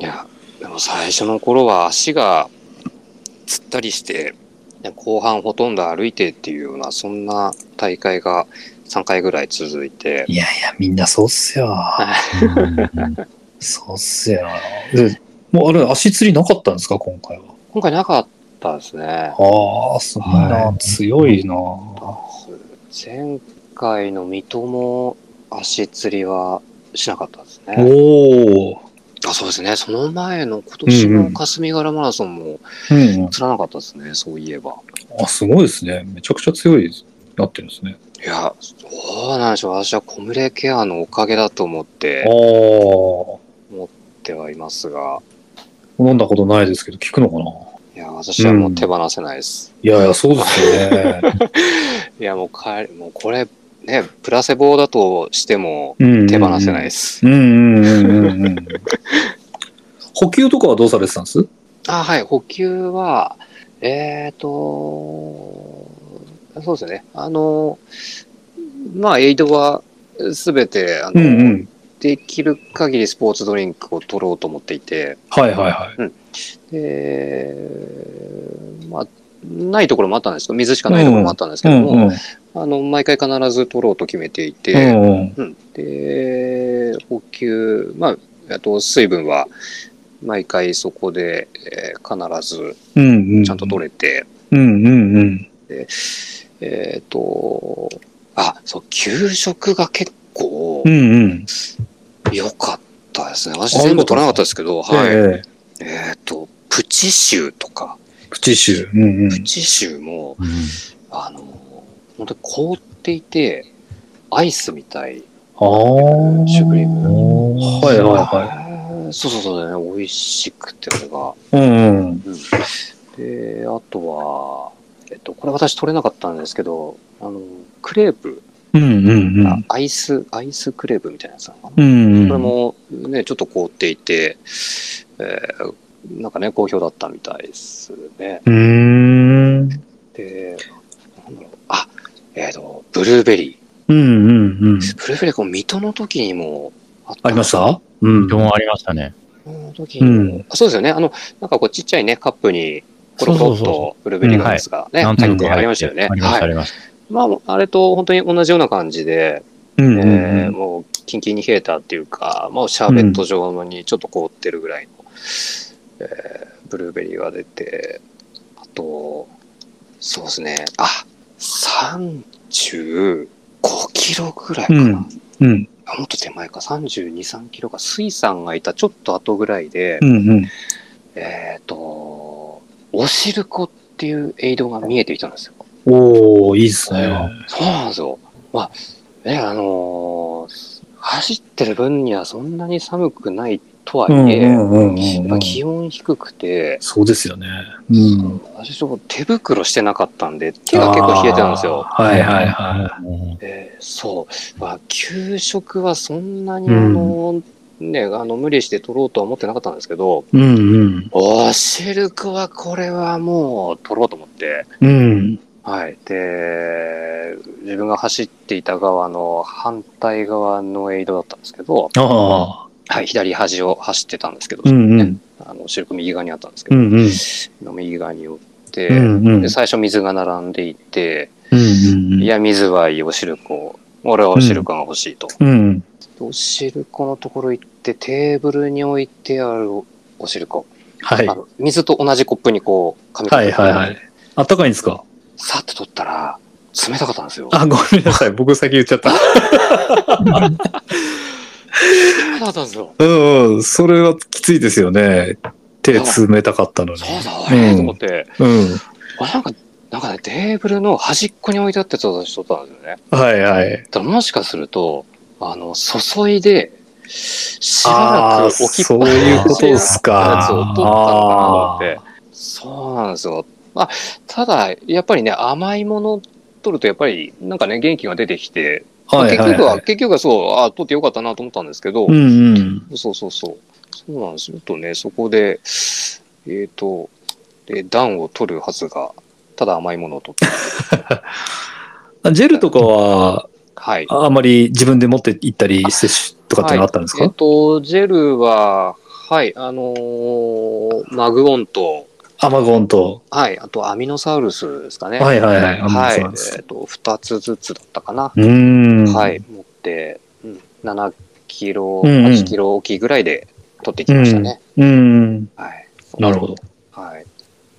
Speaker 3: いや、でも最初の頃は足がつったりして、後半ほとんど歩いてっていうような、そんな大会が3回ぐらい続いて、
Speaker 2: いやいや、みんなそうっすよ。そうっすよ。でもうあれ、足つりなかったんですか、今回は。
Speaker 3: 今回なかったですね。
Speaker 2: ああ、すごいな、
Speaker 1: は
Speaker 2: 強いな。
Speaker 3: 前回の水戸も足つりはしなかったですね。
Speaker 2: おお。
Speaker 3: あそうですね。その前の今年の霞ヶ浦マラソンも
Speaker 2: うん、うん。
Speaker 3: つらなかったですね、そういえば。
Speaker 2: あ、すごいですね。めちゃくちゃ強いなってるんですね。
Speaker 3: いや、そうなんでしょう。私はコムレケアのおかげだと思っ
Speaker 2: あ
Speaker 3: て、
Speaker 2: あ。
Speaker 3: ではいますが、
Speaker 2: 飲んだことないですけど、効くのかな。
Speaker 3: いや、私はもう手放せないです。
Speaker 2: いやいや、そうですよね。
Speaker 3: いや、もうかえ、もうこれ、ね、プラセボだとして も
Speaker 2: うん。
Speaker 3: 手放せないですす。
Speaker 2: うんうんうんうんうん。 補給とかはどうされてたんです
Speaker 3: あ、はい、補給は、えーと、そうですね。あの、まあ、エイドはすべて、あの、
Speaker 2: うん。
Speaker 3: できる限りスポーツドリンクを取ろうと思っていて、
Speaker 2: はいはいはい。
Speaker 3: で、まあ、ないところもあったんですけど、水しかないところもあったんですけども、
Speaker 2: うんうん。
Speaker 3: あの、毎回必ず取ろうと決めていて、
Speaker 2: うん。
Speaker 3: うん、で、補給、まあ、あと水分は、毎回そこで、えー必ず
Speaker 2: うんうん。
Speaker 3: ちゃんと取れて、
Speaker 2: うんうんうん。
Speaker 3: えっ、と、あ、そう、給食が結構
Speaker 2: うんうん。
Speaker 3: 良かったですね。私全部取らなかったですけど、はい。えっ、
Speaker 2: ええ
Speaker 3: と、プチシューとか、
Speaker 2: プチシュー。うんうん
Speaker 3: プ。チシューも、
Speaker 1: うん
Speaker 3: あの、本当に凍っていて、アイスみたい。
Speaker 2: ああ。
Speaker 3: シュークリーム
Speaker 2: はいは
Speaker 3: はい。そうそうそうだね。美味しくて、これが。
Speaker 2: いはい。うんうん。
Speaker 3: で、あとは、えっと、これ私取れなかったんですけど、あの、クレープ、
Speaker 2: うんうんうん。
Speaker 3: アイス、アイスクレープみたいなやつなのかな。
Speaker 2: うんうん。
Speaker 3: これもね、ちょっと凍っていて、えーなんかね、好評だったみたいですね。
Speaker 2: うーん。
Speaker 3: で、なんだろうあ、えっ、と、ブルーベリ
Speaker 2: うんうんうん。
Speaker 3: ー。ブルーベリー、この水戸の時にもあった
Speaker 2: ありましたうん
Speaker 1: 基。本ありましたね。
Speaker 3: 水戸の時にも、
Speaker 2: うん
Speaker 3: あそうですよね。あの、なんかこう、ちっちゃいね、カップに、コロコロ
Speaker 1: そうそう
Speaker 3: っ
Speaker 1: そうそ
Speaker 3: とブルーベリーガムスがね、
Speaker 1: 何
Speaker 3: 入
Speaker 1: 点
Speaker 3: って
Speaker 1: か
Speaker 3: あ
Speaker 1: 入
Speaker 3: り
Speaker 1: っ
Speaker 3: ましてたよね。
Speaker 1: ありました、ありました。
Speaker 3: まあ、あれと本当に同じような感じで、
Speaker 2: うんうん
Speaker 3: えー
Speaker 2: うん。
Speaker 3: もうキンキンに冷えたっていうか、もうシャーベット状のにちょっと凍ってるぐらいの、えーブルーベリーが出て、あと、そうですね、あ、35キロぐらいかな。
Speaker 2: うんうん
Speaker 3: あもっと手前か、32、3キロか、水産がいたちょっと後ぐらいで、
Speaker 2: うんうん。
Speaker 3: えっ、と、おしるこっていうエイドが見えてきたんですよ。
Speaker 2: おー、いいっすね。
Speaker 3: そうなんですよ。まあ、ね、あのー走ってる分にはそんなに寒くないとは
Speaker 2: う
Speaker 3: い
Speaker 2: んう
Speaker 3: え、
Speaker 2: んうんうん
Speaker 3: や
Speaker 2: う
Speaker 3: っぱ
Speaker 2: ん。
Speaker 3: 気温低くて、
Speaker 2: そうですよね。うん。
Speaker 3: 私ちょっと手袋してなかったんで、手が結構冷えてたんですよ。
Speaker 2: あーはいはいは
Speaker 1: うん
Speaker 3: えーそう。まあ、給食はそんなに、あのね、あの、無理して取ろうとは思ってなかったんですけど、
Speaker 2: い。うんうん。
Speaker 3: おシルクはこれはもう取ろうと思って、
Speaker 2: うん。
Speaker 3: はい。で、自分が走っていた側の反対側のエイドだったんですけど、
Speaker 2: ああ。
Speaker 3: はい、左端を走ってたんですけど、
Speaker 2: うんうん。
Speaker 3: あの、シルク右側にあったんですけ
Speaker 2: う
Speaker 3: ど、
Speaker 2: んうん。
Speaker 3: 右側に寄って、
Speaker 2: うんうん。
Speaker 3: で、最初水が並んでいて、
Speaker 2: うんうん。
Speaker 3: い、や、水はいい、おしるこ、俺はおしるこが欲しいと。
Speaker 2: うん。
Speaker 3: おしるこのところ行って、テーブルに置いてあるおしるこ。
Speaker 2: はい。
Speaker 3: あ
Speaker 2: は
Speaker 3: の水と同じコップにこう、紙
Speaker 2: いはいはい。あったかいんですか
Speaker 3: さっと取ったら、冷たかったんですよ。
Speaker 2: あ、ごめんなさい。僕先言っちゃった。
Speaker 3: 冷たかったんですよ。
Speaker 2: うんうん。それはきついですよね。手冷たかったのに。
Speaker 3: そうだ、あれと思って、
Speaker 2: うん。
Speaker 3: あなんか、なんかね、テーブルの端っこに置いてあったやつを私取ったんですよね。
Speaker 2: はいはい。
Speaker 3: だからもしかすると、あの、注いで、しば
Speaker 2: あ
Speaker 3: ら
Speaker 2: あ、
Speaker 3: く置きっ
Speaker 2: そ
Speaker 3: ぱ
Speaker 2: う
Speaker 3: なし
Speaker 2: い
Speaker 3: に
Speaker 2: うこと
Speaker 3: して
Speaker 2: ですか。
Speaker 3: やつを取ったのかなと思っ
Speaker 2: あ
Speaker 3: て。そうなんですよ。まあ、ただ、やっぱりね、甘いもの取ると、やっぱり、なんかね、元気が出てきて、
Speaker 2: ーはい
Speaker 3: まあ
Speaker 2: はい
Speaker 3: 結局
Speaker 2: は
Speaker 3: は、
Speaker 2: い。
Speaker 3: 結局はそう、ああ、取ってよかったなと思ったんですけど、
Speaker 2: うんうん。
Speaker 3: そうそうそう。そうなんですよ。とね、そこで、えっ、と、で、暖を取るはずが、ただ甘いものを取って、
Speaker 2: あジェルとかは、
Speaker 3: はい。
Speaker 2: ああまり自分で持って行ったり、摂取とかってのはあったんです
Speaker 3: はいえっ
Speaker 2: か
Speaker 3: と、ジェルは、はい、あのーマグオンと、
Speaker 2: アマゴンと。
Speaker 3: はい、あとアミノサウルスですかね。
Speaker 2: はいはいはい。アマ
Speaker 3: はい、
Speaker 2: ゴ
Speaker 3: え
Speaker 2: ンです
Speaker 3: っと、2つずつだったかな。
Speaker 2: うーん。
Speaker 3: はい、。持って、うん、7キロ、
Speaker 2: うんうん
Speaker 3: 8キロ大きいぐらいで取ってきましたね。
Speaker 2: うん。
Speaker 3: はい。
Speaker 2: なるほど。
Speaker 3: はい。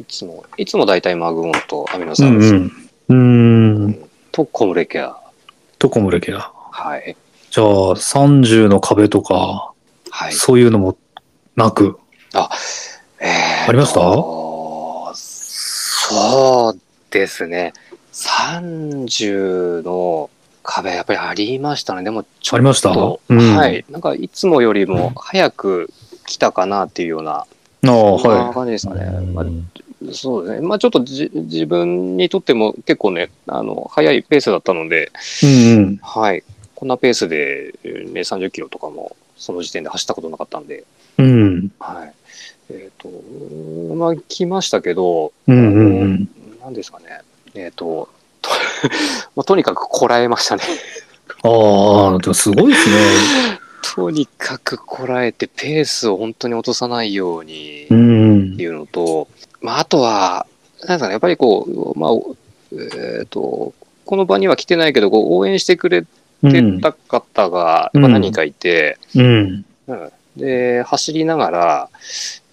Speaker 3: いつも、いつも大体マグオンとアミノ
Speaker 2: う
Speaker 3: サウ
Speaker 2: ん
Speaker 3: ルス、
Speaker 2: うん。うーん。
Speaker 3: とコムレケア。
Speaker 2: どこもレけア。
Speaker 3: はい。
Speaker 2: じゃあ、30の壁とか、
Speaker 3: はい。
Speaker 2: そういうのもなく。
Speaker 3: えーと
Speaker 2: ありました
Speaker 3: そうですね。30の壁、やっぱりありましたね。でも、ちょっと。
Speaker 2: ありましたうん
Speaker 3: はい。なんか、いつもよりも早く来たかなっていうような、
Speaker 2: ああ、
Speaker 3: そんな
Speaker 2: は
Speaker 3: 感じですかね。まあ
Speaker 1: うん
Speaker 3: そうですね。まあ、ちょっとじ自分にとっても結構ね、あの、早いペースだったので、
Speaker 2: い。うんうん。
Speaker 3: はい。こんなペースで、えーね、30キロとかも、その時点で走ったことなかったんで、
Speaker 2: うん。
Speaker 3: はい。えっ、と、うーんまあ、来ましたけど、
Speaker 2: うんうんうん。
Speaker 3: なんですかね。えっ、と、 ともうとにかくこらえましたね。
Speaker 2: ああ、でもすごいですね。
Speaker 3: とにかくこらえて、ペースを本当に落とさないように
Speaker 2: う
Speaker 3: っ
Speaker 2: ん
Speaker 3: て。いうのと、まあ、あとは、なんですかね、やっぱりこう、まあ、おえっ、と、この場には来てないけど、こう応援してくれてた方が、
Speaker 2: うん
Speaker 3: やっぱ何人かいて、
Speaker 2: うん。
Speaker 3: うんで、走りながら、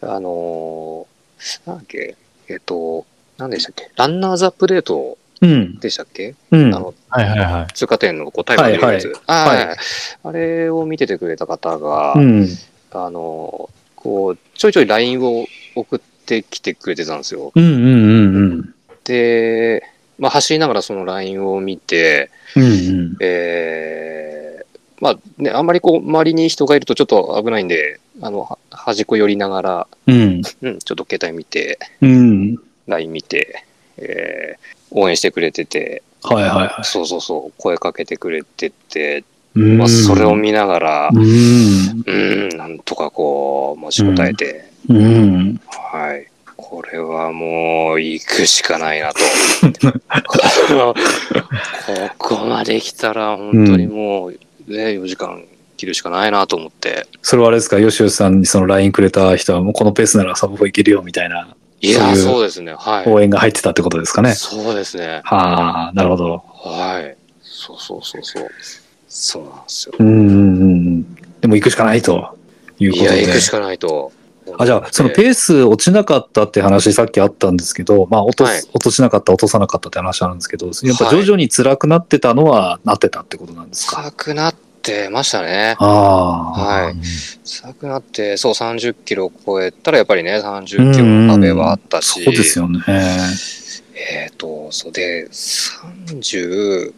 Speaker 3: あのーなんだっけ、えっ、と、何でしたっけ、ランナーザプレート
Speaker 2: うん。
Speaker 3: でしたっけ、
Speaker 2: うん
Speaker 3: あ。の、
Speaker 1: はいはいはい。
Speaker 3: 通過点のこうタイム出るやつ。
Speaker 2: いはい
Speaker 3: あーあれを見ててくれた方が、
Speaker 2: うん。
Speaker 3: あのーこう、ちょいちょい LINE を送ってきてくれてたんですよ。
Speaker 2: うんうんうんうん。
Speaker 3: で、まあ、走りながらその LINE を見て、
Speaker 2: うん
Speaker 3: えーまあね、あんまりこう、周りに人がいるとちょっと危ないんで、あの、は端っこ寄りながら、
Speaker 2: うん。
Speaker 3: うん、ちょっと携帯見て、
Speaker 2: うん。うん。
Speaker 3: LINE 見て、えー応援してくれてて、
Speaker 2: はいはいは
Speaker 3: そうそうそう、声かけてくれてて、
Speaker 2: い。うん
Speaker 3: まあ、それを見ながら、
Speaker 2: うん。
Speaker 3: うん、なんとかこう、持ちこたえて、
Speaker 2: うん。
Speaker 3: はい。これはもう、行くしかない なと。このここまで来たら、本当にもう、ね、4時間切るしかないなと思って。
Speaker 2: それはあれですか、よしよしさんにその LINE くれた人は、もうこのペースならサブ4いけるよみたいない
Speaker 3: や、
Speaker 2: そういう
Speaker 3: そうですね。はい。
Speaker 2: 応援が入ってたってことですかね。
Speaker 3: そうですね。
Speaker 2: はあ、なるほど。
Speaker 3: はい。そうそうそうそう。そうなんですよ。
Speaker 2: うんうんうんうん。でも行くしかないというこ
Speaker 3: い
Speaker 2: と
Speaker 3: や、
Speaker 2: で。
Speaker 3: 行くしかないと。
Speaker 2: あじゃあ、そのペース落ちなかったって話、さっきあったんですけど、まあ、落とす、
Speaker 3: はい
Speaker 2: 落としなかった、落とさなかったって話あるんですけど、やっぱ
Speaker 3: はい
Speaker 2: 徐々に辛くなってたのは、なってたってことなんですか。
Speaker 3: 臭くなってましたね。
Speaker 2: ああ。
Speaker 3: はい
Speaker 2: うん。
Speaker 3: 臭くなって、そう、30キロ超えたら、やっぱりね、30キロの壁はあったし。
Speaker 2: そうですよね。
Speaker 3: えっ、と、そうで、30、えー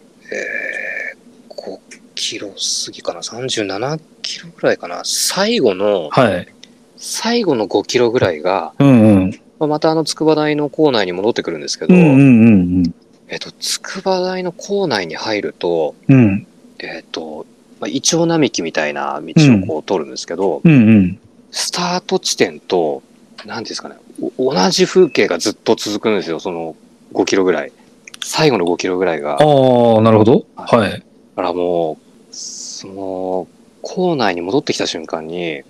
Speaker 3: 5キロ過ぎかな、37キロぐらいかな、最後の、
Speaker 2: はい。
Speaker 3: 最後の5キロぐらいが、
Speaker 2: うんうん。
Speaker 3: まあまたあの筑波大の構内に戻ってくるんですけ
Speaker 2: う
Speaker 3: ど、
Speaker 2: んうんうん
Speaker 3: えっ、と、筑波大の構内に入ると、
Speaker 2: うん。うん
Speaker 3: えっ、と、まあ、イチョウ並木みたいな道をこう通るんですけど、
Speaker 2: うんうん。
Speaker 3: スタート地点と、何ですかね、お同じ風景がずっと続くんですよ、その5キロぐらい。最後の5キロぐらいが。
Speaker 2: ああ、なるほど。はい。
Speaker 3: だからもう、その、校内に戻ってきた瞬間に、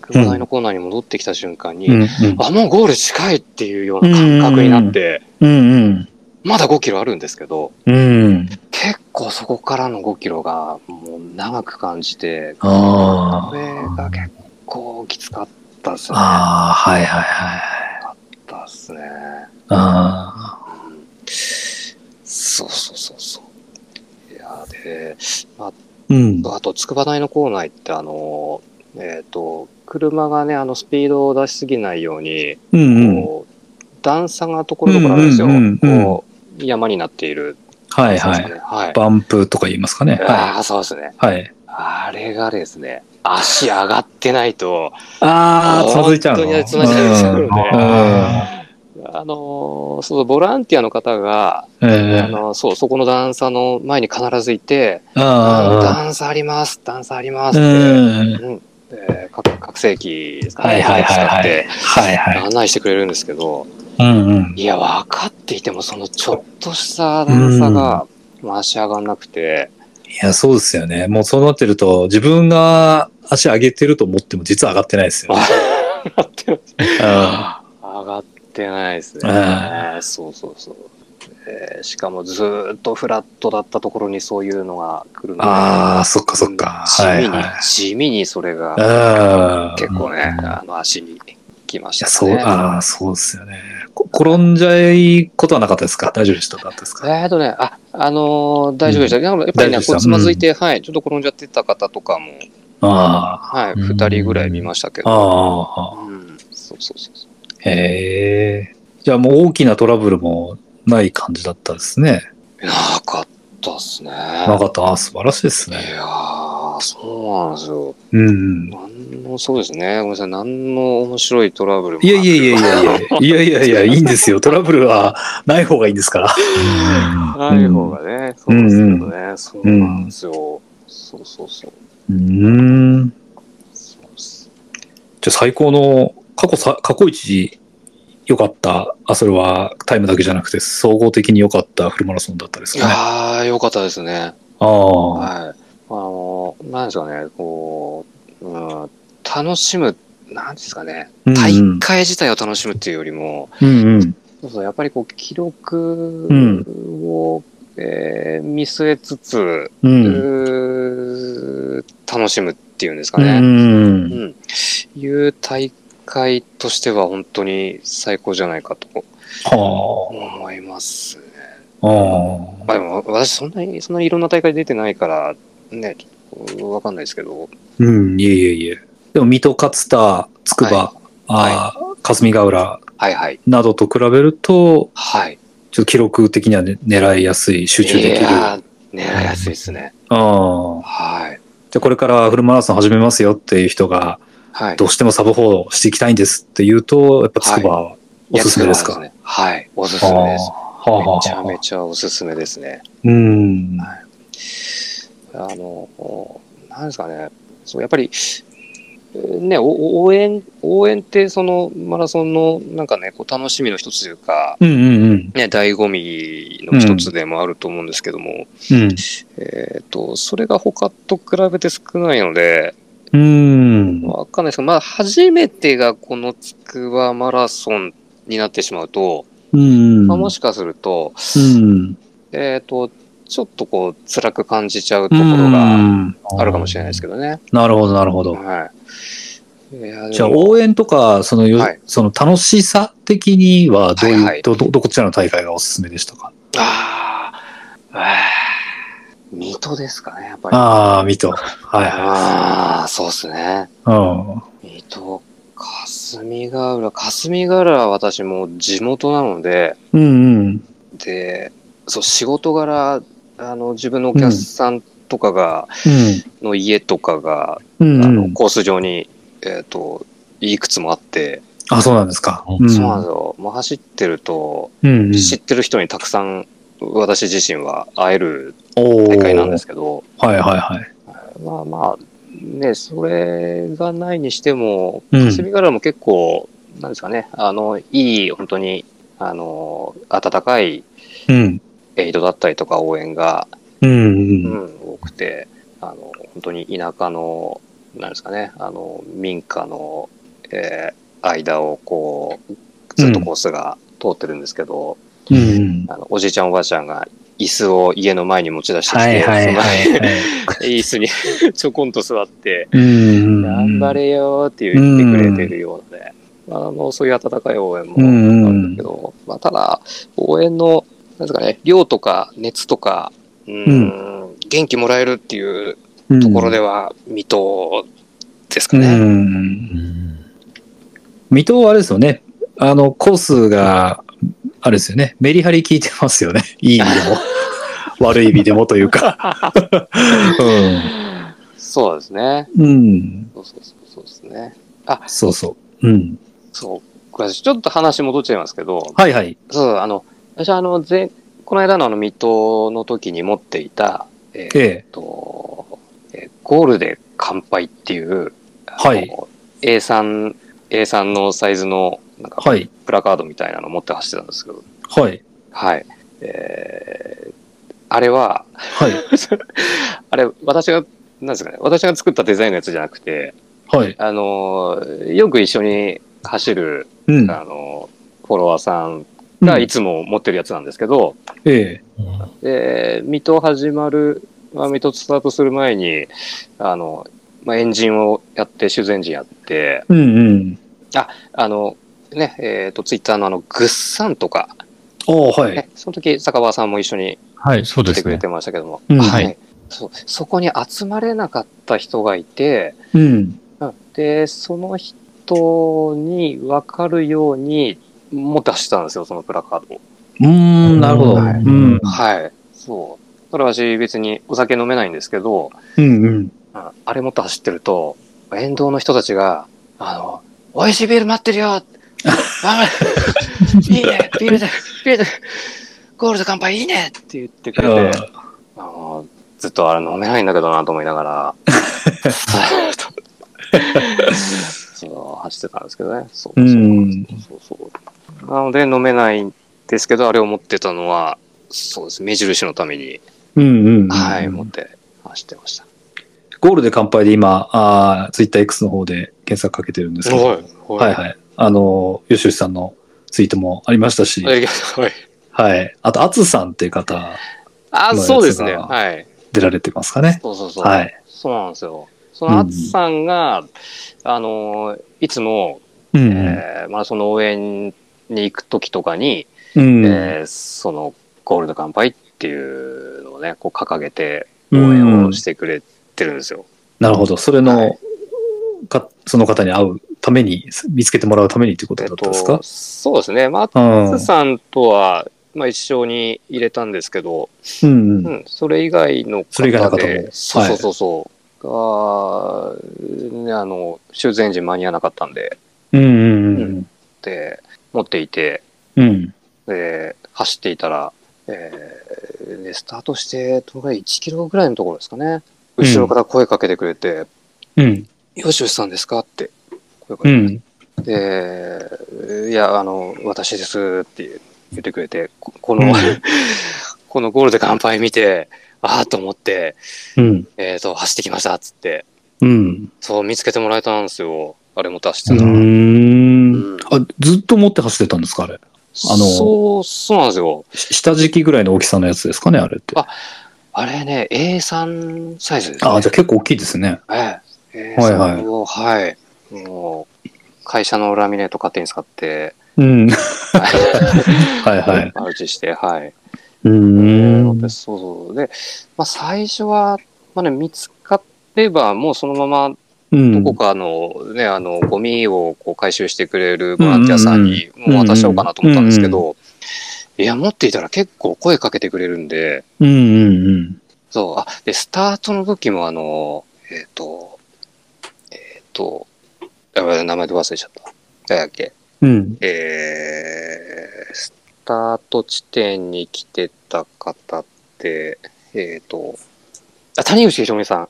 Speaker 3: 筑波大の校内に戻ってきた瞬間に、
Speaker 2: うんうん。
Speaker 3: あ、もうゴール近いっていうような感覚になって、
Speaker 2: うん
Speaker 3: まだ5キロあるんですけど、
Speaker 2: うん。うん。
Speaker 3: 結構そこからの5キロがもう長く感じて、
Speaker 2: あ
Speaker 3: これ
Speaker 2: あ
Speaker 3: が。結構きつかったっすね。あ
Speaker 2: ああ、はいはいはい。
Speaker 3: ったっすね。
Speaker 2: ああ。
Speaker 3: うんそうそうそうそう。いや、で、
Speaker 2: うん。
Speaker 3: あと、筑波大の構内って、あの、えっ、と、車がね、あの、スピードを出しすぎないように、
Speaker 2: うんうん。
Speaker 3: こう、段差がところどころあるんですよ。
Speaker 2: うんうんうんうん
Speaker 3: こう、山になっている。
Speaker 2: はいはい。
Speaker 3: い。はい。
Speaker 2: バンプとか言いますかね。は
Speaker 3: ああ、そうですね。
Speaker 2: い。はい。
Speaker 3: あれがですね、足上がってないと、
Speaker 2: ああ、つまずいちゃうの。
Speaker 3: 本当につまずいちゃう
Speaker 2: うん
Speaker 3: ねあの、そう、ボランティアの方が、
Speaker 2: うん
Speaker 3: あの、そう、そこの段差の前に必ずいて、
Speaker 2: あ
Speaker 3: 段差あります、段差ありま
Speaker 2: あ。う
Speaker 3: すって。
Speaker 2: ん。
Speaker 3: うん、えー各拡声器ですかね、
Speaker 2: はいはいはいはい
Speaker 3: 使って
Speaker 2: はいはい。
Speaker 3: 案内してくれるんですけど、
Speaker 2: うんうん。
Speaker 3: いや、分かっていても、そのちょっとした段差が、まあ、足上がんなくて、
Speaker 2: いや、そうですよね。もうそうなってると、自分が足上げてると思っても実は上がってないですよ。
Speaker 3: 上がって
Speaker 2: あ
Speaker 3: 上がってないです
Speaker 2: う
Speaker 3: ね。そうそうそう。えーしかもずーっとフラットだったところにそういうのが来るので、
Speaker 2: あー、そっかそっか。
Speaker 3: 地
Speaker 2: はい
Speaker 3: 味に、
Speaker 2: はい。
Speaker 3: 地味にそれが
Speaker 2: ああ。
Speaker 3: 結構ね、
Speaker 2: うんい
Speaker 3: あの足に来ました
Speaker 2: や、
Speaker 3: ね。
Speaker 2: そう、ああ、そうですよね。こ転んじゃいことはなかったですか大丈夫でしたかったですか
Speaker 3: えーとね、あ、あのー大丈夫でした。なんかやっぱり
Speaker 2: 大丈夫
Speaker 3: ね、
Speaker 2: でした
Speaker 3: こうつまずいて、はい、ちょっと転んじゃってた方とかも、
Speaker 2: あ
Speaker 3: はい、
Speaker 2: うん
Speaker 3: 二人ぐらい見ましたけ
Speaker 2: あ。あ
Speaker 3: ど。
Speaker 2: あ。
Speaker 3: うん、そうそうそうそう。
Speaker 2: へえ。じゃあもう大きなトラブルもない感じだったですね。
Speaker 3: なかったっすね。
Speaker 2: なかった。あ素晴らしいです
Speaker 3: い
Speaker 2: ね。
Speaker 3: やー、そうなんですよ。
Speaker 2: うんうん。
Speaker 3: なんの、そうですね。ごめんなさい。なんの面白いトラブルもなく。
Speaker 2: いやいやいやいやいや、いやいやいや、いいんですよ。トラブルはない方がいいんですから。
Speaker 3: ない方がね、そうですけどね。そうなんですよ。そうそうそう。
Speaker 2: うん。
Speaker 3: そうっす
Speaker 2: じゃあ最高の、過去さ、過去一良かった、あ、それはタイムだけじゃなくて、総合的に良かったフルマラソンだったです
Speaker 3: い
Speaker 2: かね。あ
Speaker 3: やー、よかったですね。
Speaker 2: あ。
Speaker 3: はい。あの、なんですかね、こう、うん、楽しむ、なんですかね、
Speaker 2: うん
Speaker 3: 大
Speaker 2: うん
Speaker 3: 会自体を楽しむっていうよりも、
Speaker 2: うんうん。
Speaker 3: そうそうやっぱりこう、記録
Speaker 2: うん
Speaker 3: をえー見据えつつ、
Speaker 2: うん。
Speaker 3: うー楽しむっていうんですか
Speaker 2: う
Speaker 3: ね、
Speaker 2: ん。
Speaker 3: うんいう大会としては本当に最高じゃないかと
Speaker 2: は
Speaker 3: 思います。
Speaker 2: あ。あ
Speaker 3: まあでも私そんなに、そんなにいろんな大会出てないから、ね、ちょっとわかんないですけど、
Speaker 2: うん、いえいえいえ。でも、水戸、勝田、つくば
Speaker 3: は、
Speaker 2: あー霞ヶ浦
Speaker 3: はいはい。
Speaker 2: などと比べると、
Speaker 3: はい。
Speaker 2: ちょっと記録的にはね、狙いやすい、集中でき
Speaker 3: い
Speaker 2: る。あ
Speaker 3: やー狙いやすいですね。
Speaker 2: あ。
Speaker 3: はい。
Speaker 2: じゃあこれからフルマラソン始めますよっていう人が、
Speaker 3: はい。
Speaker 2: どうしてもサブ4をしていきたいんですって言うと、やっぱつくばはおすすめですか、
Speaker 3: いやそうなんねはい。おすすめです。
Speaker 2: はあ
Speaker 3: め
Speaker 2: は
Speaker 3: ちゃ
Speaker 2: あは
Speaker 3: め
Speaker 2: あ。
Speaker 3: ちゃおすすめですね。
Speaker 2: うん。
Speaker 3: あの、なんですかね、そうやっぱり、えーね、お応援、応援って、その、マラソンの、なんかね、こう楽しみの一つというか、
Speaker 2: うんうんうん。
Speaker 3: ね、醍醐味の一つでもあると思うんですけども、
Speaker 2: うん。
Speaker 3: えっ、と、それが他と比べて少ないので、
Speaker 2: うん。
Speaker 3: わかんないですけど、まあ、初めてがこのつくばマラソンになってしまうと、
Speaker 2: うん。
Speaker 3: まあもしかすると、
Speaker 2: うん。
Speaker 3: えっ、と、ちょっとこう、辛く感じちゃうところが
Speaker 2: うん
Speaker 3: あるかもしれないですけどね。
Speaker 2: なるほど、なるほど。
Speaker 3: はい。いや
Speaker 2: じゃあ、
Speaker 3: でも
Speaker 2: 応援とか、そのよ、
Speaker 3: はい
Speaker 2: その楽しさ的には、どういう、
Speaker 3: はいはい
Speaker 2: ど、ど、どこちらの大会がおすすめでしたか
Speaker 3: あーあー、水戸ですかね、やっぱり。
Speaker 2: ああ、水戸。はいは
Speaker 3: あー、そうですね。
Speaker 2: い。うん。
Speaker 3: 水戸、霞ヶ浦。霞ヶ浦は私もう地元なので、
Speaker 2: うんうん。
Speaker 3: で、そう、仕事柄、あの、自分のお客さんとかが、の家とかが、
Speaker 2: うん。う
Speaker 3: あ
Speaker 2: ん、う
Speaker 3: の
Speaker 2: ん。
Speaker 3: コース上に、えっ、と、いくつもあって、
Speaker 2: あ、そうなんですか。
Speaker 1: うん
Speaker 3: そうなんですよ。もう走ってると、
Speaker 2: うんうん。
Speaker 3: 知ってる人にたくさん私自身は会える
Speaker 2: お
Speaker 3: 大会なんですけど、
Speaker 2: はいはいはい。
Speaker 3: まあまあ、ね、それがないにしても、
Speaker 2: うん
Speaker 3: 霞ヶ浦も結構、なんですかね、あの、いい、本当に、あの、温かい
Speaker 2: うん。
Speaker 3: エイドだったりとか応援が、
Speaker 2: うん
Speaker 3: う
Speaker 2: うん。
Speaker 3: ん、多くて、あの、本当に田舎の、なんですかね、あの、民家の、えー間をこう、ずっとコースが通ってるんですけど、
Speaker 2: うん。
Speaker 3: あのおじいちゃんおばあちゃんが椅子を家の前に持ち出してき
Speaker 2: はい
Speaker 3: て、
Speaker 2: はいはいはい。
Speaker 3: その椅子に ちょこんと座って、
Speaker 2: うん。
Speaker 3: 頑張。れよーって言ってくれてるようなね、あのそういう温かい応援も
Speaker 2: うん
Speaker 3: あるんだけど、まあ、ただ、応援の、なんですかね、量とか熱とか、うーん元気もらえるっていうところで
Speaker 2: は。
Speaker 3: は、水戸ですか
Speaker 2: う
Speaker 3: ね。
Speaker 2: ん。
Speaker 1: ん
Speaker 2: 水戸はあれですよね。あの、コースが、あれですよね。メリハリ効いてますよね。いい意味でも。悪い意味でもというか。
Speaker 3: そうですね。
Speaker 2: うん。うん。
Speaker 3: そうそうそうそうですね。
Speaker 2: そうそう。うん。
Speaker 3: そう。これちょっと話戻っちゃいますけど、
Speaker 2: はいはい。
Speaker 3: そう、あの、私はあの、前、この間のあの、水戸の時に持っていた、えー
Speaker 2: え
Speaker 3: っ
Speaker 2: え。
Speaker 3: と、えーゴールで乾杯っていう、あの
Speaker 2: はい
Speaker 3: A3、A3 のサイズの、なんか、
Speaker 2: はい。
Speaker 3: プラカードみたいなの持って走ってたんですけど、
Speaker 2: はい。
Speaker 3: はい。えーあれは、
Speaker 2: はい。
Speaker 3: あれ、私が、なんですかね、私が作ったデザインのやつじゃなくて、
Speaker 2: はい。
Speaker 3: あのー、よく一緒に走る、
Speaker 2: うん。
Speaker 3: あのー、フォロワーさんがいつも持ってるやつなんですけど、
Speaker 2: ええ。
Speaker 3: で、水戸始まる、まあ、水戸スタートする前に、あの、まあ、エンジンをやって、修繕エンジンやって、
Speaker 2: うんうん。
Speaker 3: あの、ね、えっ、と、ツイッターのあの、ぐっさんとか、
Speaker 2: ああ、はい。
Speaker 3: ね、その時、坂川さんも一緒に
Speaker 1: はい、そうで
Speaker 3: 来て
Speaker 1: す
Speaker 3: くれ
Speaker 1: ね
Speaker 3: て。ましたけども、
Speaker 2: うん
Speaker 1: はい
Speaker 3: そうそこに集まれなかった人がいて、
Speaker 2: うん。
Speaker 3: うんで、その人に分かるように、も出してたんですよ、そのプラカードを。
Speaker 2: うーん、なるほど。う
Speaker 1: はい
Speaker 2: ん。
Speaker 3: はい。そう。それは私別にお酒飲めないんですけど、
Speaker 2: うんうん。
Speaker 3: ああれ持って走ってると、沿道の人たちが、あの、美味しいビール待ってる よあいいねビールで、ビールで、ゴールド乾杯いいねって言ってく
Speaker 2: う
Speaker 3: れ
Speaker 2: ん
Speaker 3: て、あのずっとあれ飲めないんだけどなと思いなが ら、そう走ってたんですけどね。そうそう
Speaker 2: うん
Speaker 3: そうそうなので飲めないんですけど、あれを持ってたのは、そうです。目印のために、
Speaker 2: うんうん。
Speaker 3: はい、持って走ってました。
Speaker 2: ゴールで乾杯で今、あツイッター X の方で検索かけてるんですけど、
Speaker 3: ご
Speaker 2: はいはい。あの、よしよしさんのツイートもありましたし、
Speaker 3: はい。
Speaker 2: はい。あと、あつさんっていう方
Speaker 3: あ、
Speaker 2: のやつが
Speaker 3: そうですね。はい。
Speaker 2: 出られてますかね。
Speaker 3: そうそうそう。
Speaker 2: はい。
Speaker 3: そうなんですよ。その、
Speaker 2: うん
Speaker 3: アツさんが、あの、いつも、
Speaker 2: うんうん。
Speaker 3: えーマラソンの応援に行くときとかに、
Speaker 2: うん。
Speaker 3: えーその、ゴールド乾杯っていうのをね、こう掲げて、応援をしてくれてるんですよ。
Speaker 2: なるほど。それ
Speaker 3: は
Speaker 2: の、か、その方に会うために、見つけてもらうためにってこと
Speaker 3: えっ
Speaker 2: だったんですか
Speaker 3: と、そうですね。まあ、
Speaker 2: うん
Speaker 3: アツさんとは、まあ、一緒に入れたんですけど、
Speaker 2: うん
Speaker 3: う
Speaker 2: うん。
Speaker 3: ん、それ以外の
Speaker 2: それ以外の
Speaker 3: 方
Speaker 2: 方も
Speaker 3: で、そうそうそうそう、が、ね、あの、修繕時間に合わなかったんで、
Speaker 2: うんうんうん
Speaker 3: で、持っていて、
Speaker 2: うん。うん。
Speaker 3: で、走っていたら、えーでスタートして、どのぐらい1キロぐらいのところですかね。
Speaker 2: うん
Speaker 3: 後ろから声かけてくれて、
Speaker 2: うん。
Speaker 3: 吉吉さんですかって声か
Speaker 2: う
Speaker 3: け
Speaker 2: ん。
Speaker 3: て、で、いや、あの、私ですって言ってくれて、ここの、
Speaker 2: うん
Speaker 3: このゴールで乾杯見て、ああと思って、
Speaker 2: うん。
Speaker 3: えっ、と、走ってきましたっつって、
Speaker 2: うん。
Speaker 3: そう、見つけてもらえたんですよ。あれも出し
Speaker 2: う
Speaker 3: てた。
Speaker 2: ん
Speaker 3: うん。
Speaker 2: あ、ずっと持って走ってたんですかあれ。あの
Speaker 3: そう、そうなんですよ。
Speaker 2: し下敷きぐらいの大きさのやつですかねあれって。
Speaker 3: ああれね、A3 サイズです、ね。
Speaker 2: あ、じゃあ結構大きいですね。
Speaker 3: ええ。
Speaker 2: はい
Speaker 3: A3 を、はい、もう、会社のラミネート勝手に使って、
Speaker 2: うん。
Speaker 3: は
Speaker 2: はいはい。
Speaker 3: マルチして、はい。
Speaker 2: う
Speaker 3: で
Speaker 2: ん。
Speaker 3: そうそう。で、まあ、最初は、まあね、見つかれば、もうそのまま、
Speaker 2: うん。
Speaker 3: どこかのね、あの、ゴミをこう回収してくれるボランティアさんに、
Speaker 2: んうん
Speaker 3: もう渡しちゃおうかなと思ったんですけど、いや、持っていたら結構声かけてくれるんで、
Speaker 2: うんうんうん。
Speaker 3: そう、あ、で、スタートの時もあの、えっ、と、えっ、と、やばい、名前で忘れちゃった。誰だっけ
Speaker 2: うん。
Speaker 3: えー、スタート地点に来てた方って、えっ、と、あ、谷口ひろみさん。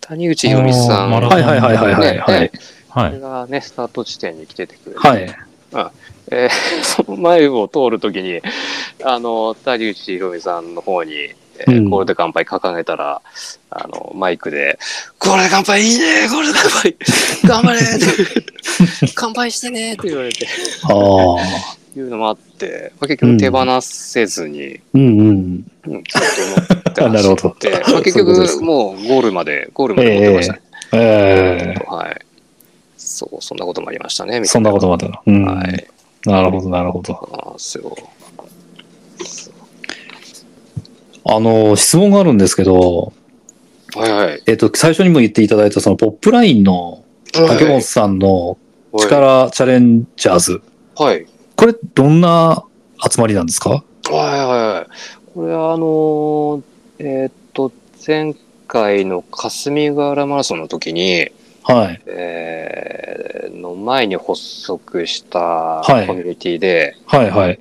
Speaker 3: 谷口ひろみさん。
Speaker 1: あーマラソン
Speaker 2: はいはいはいはいはいは
Speaker 3: ね
Speaker 2: い。
Speaker 1: は
Speaker 3: これ
Speaker 1: い。
Speaker 3: がね、スタート地点に来ててくれて、
Speaker 2: はい。
Speaker 3: えーその前を通るときに、あの、谷口ひろみさんの方に、えー
Speaker 2: うん
Speaker 3: ゴールデン乾杯掲げたら、あの、マイクで、ゴールデン乾杯いいねゴールデン乾杯頑張 れって乾杯してねって言われて、
Speaker 2: ああ。
Speaker 3: いうのもあって、まあ、結局手放せずに、
Speaker 2: うんうん。
Speaker 3: うん、ずっと乗って
Speaker 2: なるほ
Speaker 3: 走
Speaker 2: ど
Speaker 3: って、まあ、結
Speaker 2: そういうことです
Speaker 3: 局
Speaker 2: か
Speaker 3: もうゴールまで、ゴールまで持ってましたね。
Speaker 2: え
Speaker 3: はい。そう、そんなこともありましたね、みたい
Speaker 2: え。そんなことまでな。うん。
Speaker 3: はい。
Speaker 2: なるほどなるほど。
Speaker 3: そうなんですよ。
Speaker 2: あの、質問があるんですけど、
Speaker 3: はいはい。
Speaker 2: えっと、最初にも言っていただいた、そのポップラインの竹本さんの力チャレンジャーズ。
Speaker 3: はい。
Speaker 2: これ、どんな集まりなんですか
Speaker 3: はいはいはい。これはあのーえーっと、前回の霞ヶ浦マラソンの時に、
Speaker 2: はい。
Speaker 3: えーの前に発足した
Speaker 2: はい
Speaker 3: コミュニティで、
Speaker 2: はいはい。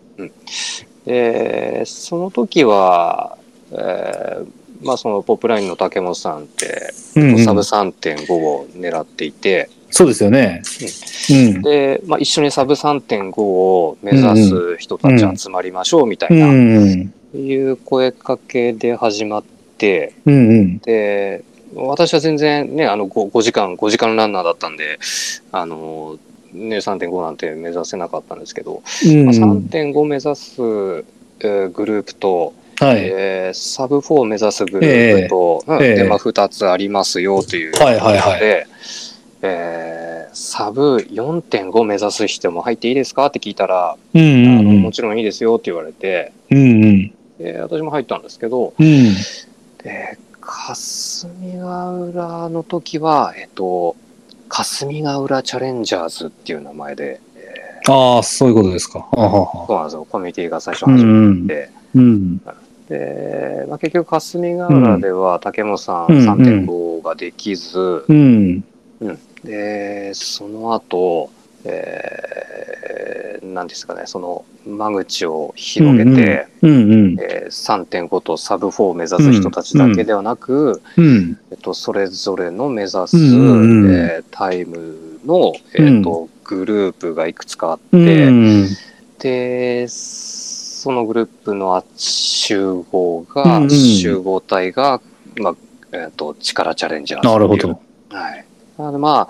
Speaker 3: でその時は、えーまあそのポップラインの竹本さんって、
Speaker 2: うんうん
Speaker 3: サブ3.5を狙っていて、
Speaker 2: そうですよね。うん。
Speaker 3: で、まあ一緒にサブ3.5を目指す人たち集まりましょうみた
Speaker 2: う
Speaker 3: いな、
Speaker 2: ん。
Speaker 3: いう声かけで始まって、
Speaker 2: うんうん。
Speaker 3: で、私は全然ね、あの 5, 時間、5時間ランナーだったんで、あの、ね、3.5なんて目指せなかったんですけど、
Speaker 2: うん
Speaker 3: まあ
Speaker 2: うん。
Speaker 3: 3.5目指す、えーグループと、
Speaker 2: はい。
Speaker 3: えーサブ4目指すグループと、うん
Speaker 2: ええ
Speaker 3: でまあ、2つありますよという
Speaker 2: はいはいはい
Speaker 3: で、えーサブ4.5目指す人も入っていいですかって聞いたら、
Speaker 2: うんう
Speaker 3: あの
Speaker 2: んう
Speaker 3: も
Speaker 2: ん。
Speaker 3: ちろんいいですよって言われて、
Speaker 2: うんうん。
Speaker 3: で私も入ったんですけど、
Speaker 2: うん。
Speaker 3: えー霞ヶ浦の時は、えっと、霞ヶ浦チャレンジャーズっていう名前で、
Speaker 2: ああ、そういうことですか。はあはあはあ
Speaker 3: そうなんですよ、コミュニティが最初
Speaker 2: う
Speaker 3: 始まっ
Speaker 2: ん
Speaker 3: て、
Speaker 2: うん。
Speaker 3: で、まあ、結局霞ヶ浦では竹本さ
Speaker 2: う
Speaker 3: ん
Speaker 2: ん
Speaker 3: 3.5ができず、
Speaker 2: うん。
Speaker 3: で、その後、えー、なんですかね、その間口を広げて、
Speaker 2: うんうん。
Speaker 3: えー3.5とサブ4を目指す人たちだけではなく、
Speaker 2: うん。
Speaker 3: えっと、それぞれの目指す、
Speaker 2: うんうんうん
Speaker 3: えータイムの、えっとグループがいくつかあって、
Speaker 2: うん。
Speaker 3: でそのグループの集合が、
Speaker 2: うんうん
Speaker 3: 集合体が、まあえっと力チャレンジャーズってい
Speaker 2: な
Speaker 3: う
Speaker 2: るほど。。
Speaker 3: はい、なのでまあ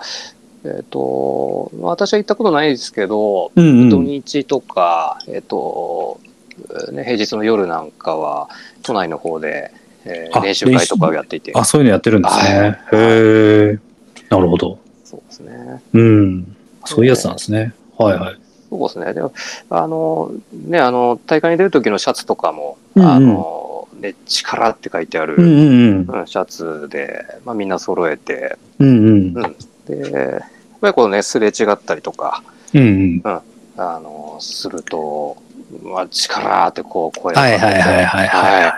Speaker 3: えっ、と、まあ私は行ったことないですけど、
Speaker 2: うんう
Speaker 3: 土
Speaker 2: ん。
Speaker 3: 日とか、えっ、と、ね、平日の夜なんかは、都内の方で、えー
Speaker 2: あ
Speaker 3: 練習会とかをやっていて、
Speaker 2: あ、そういうのやってるんですね。
Speaker 3: はい
Speaker 2: へえ。なるほど。
Speaker 3: そうですね。
Speaker 2: うん。そういうやつなんですね。はいはい。
Speaker 3: そうですね。でも、あの、ね、あの、大会に出る時のシャツとかも、
Speaker 2: うんうん
Speaker 3: あの、ね、力って書いてある、
Speaker 2: うんうんうん。
Speaker 3: うんシャツで、まあ、みんな揃えて、
Speaker 2: うんうん。
Speaker 3: うんで、やっぱりこうね、すれ違ったりとか、
Speaker 2: うんうん。
Speaker 3: あの、すると、まあ、力ってこう声をか
Speaker 2: は
Speaker 3: け
Speaker 2: い
Speaker 3: て
Speaker 2: はいはいはいはい。
Speaker 3: はい。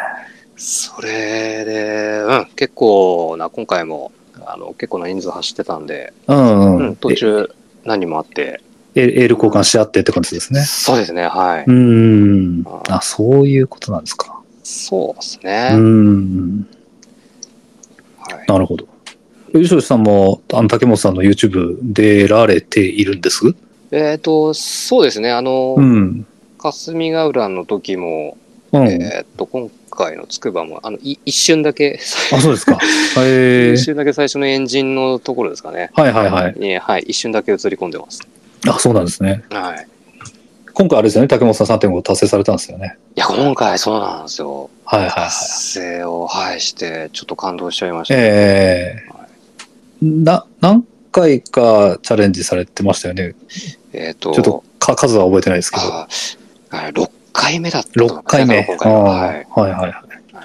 Speaker 3: それで、うん、結構な、今回も、あの、結構な人数走ってたんで、
Speaker 2: うん
Speaker 3: う、
Speaker 2: うんん。
Speaker 3: 途中何人もあって、
Speaker 2: え。エエール交換し合ってって感じですね。
Speaker 3: そうですね、はい。
Speaker 2: うん。あ、そういうことなんですか。
Speaker 3: そうです
Speaker 2: う
Speaker 3: ね。
Speaker 2: ん。
Speaker 3: はい
Speaker 2: なるほど。吉吉さんも、あの、竹本さんの YouTube 出られているんです
Speaker 3: えっと、そうですね、あの
Speaker 2: う、ん。
Speaker 3: 霞ヶ浦の時も、
Speaker 2: うん。
Speaker 3: えっと、今回のつくばも、あの、い一瞬だけ、
Speaker 2: あ、そう ですか。へえ
Speaker 3: 一。瞬だけ最初のエンジンのところですかね。
Speaker 2: はいはいはい。
Speaker 3: にはい、一瞬だけ映り込んでます。
Speaker 2: あ、そうなんですね。
Speaker 3: はい。
Speaker 2: 今回あれですよね、竹本さん3.5達成されたんですよね。
Speaker 3: いや、今回そうなんですよ。
Speaker 2: はいはいはい。
Speaker 3: 達成を、はい、して、ちょっと感動しちゃいました。
Speaker 2: ええな、何回かチャレンジされてましたよね。
Speaker 3: えっ、と、
Speaker 2: ちょっとか数は覚えてないですけど。
Speaker 3: ああ6回目だったのかな
Speaker 2: 6回目。
Speaker 3: 今
Speaker 2: あ
Speaker 3: 回
Speaker 2: あ
Speaker 3: は
Speaker 2: は
Speaker 3: はい
Speaker 2: はいはい。じゃ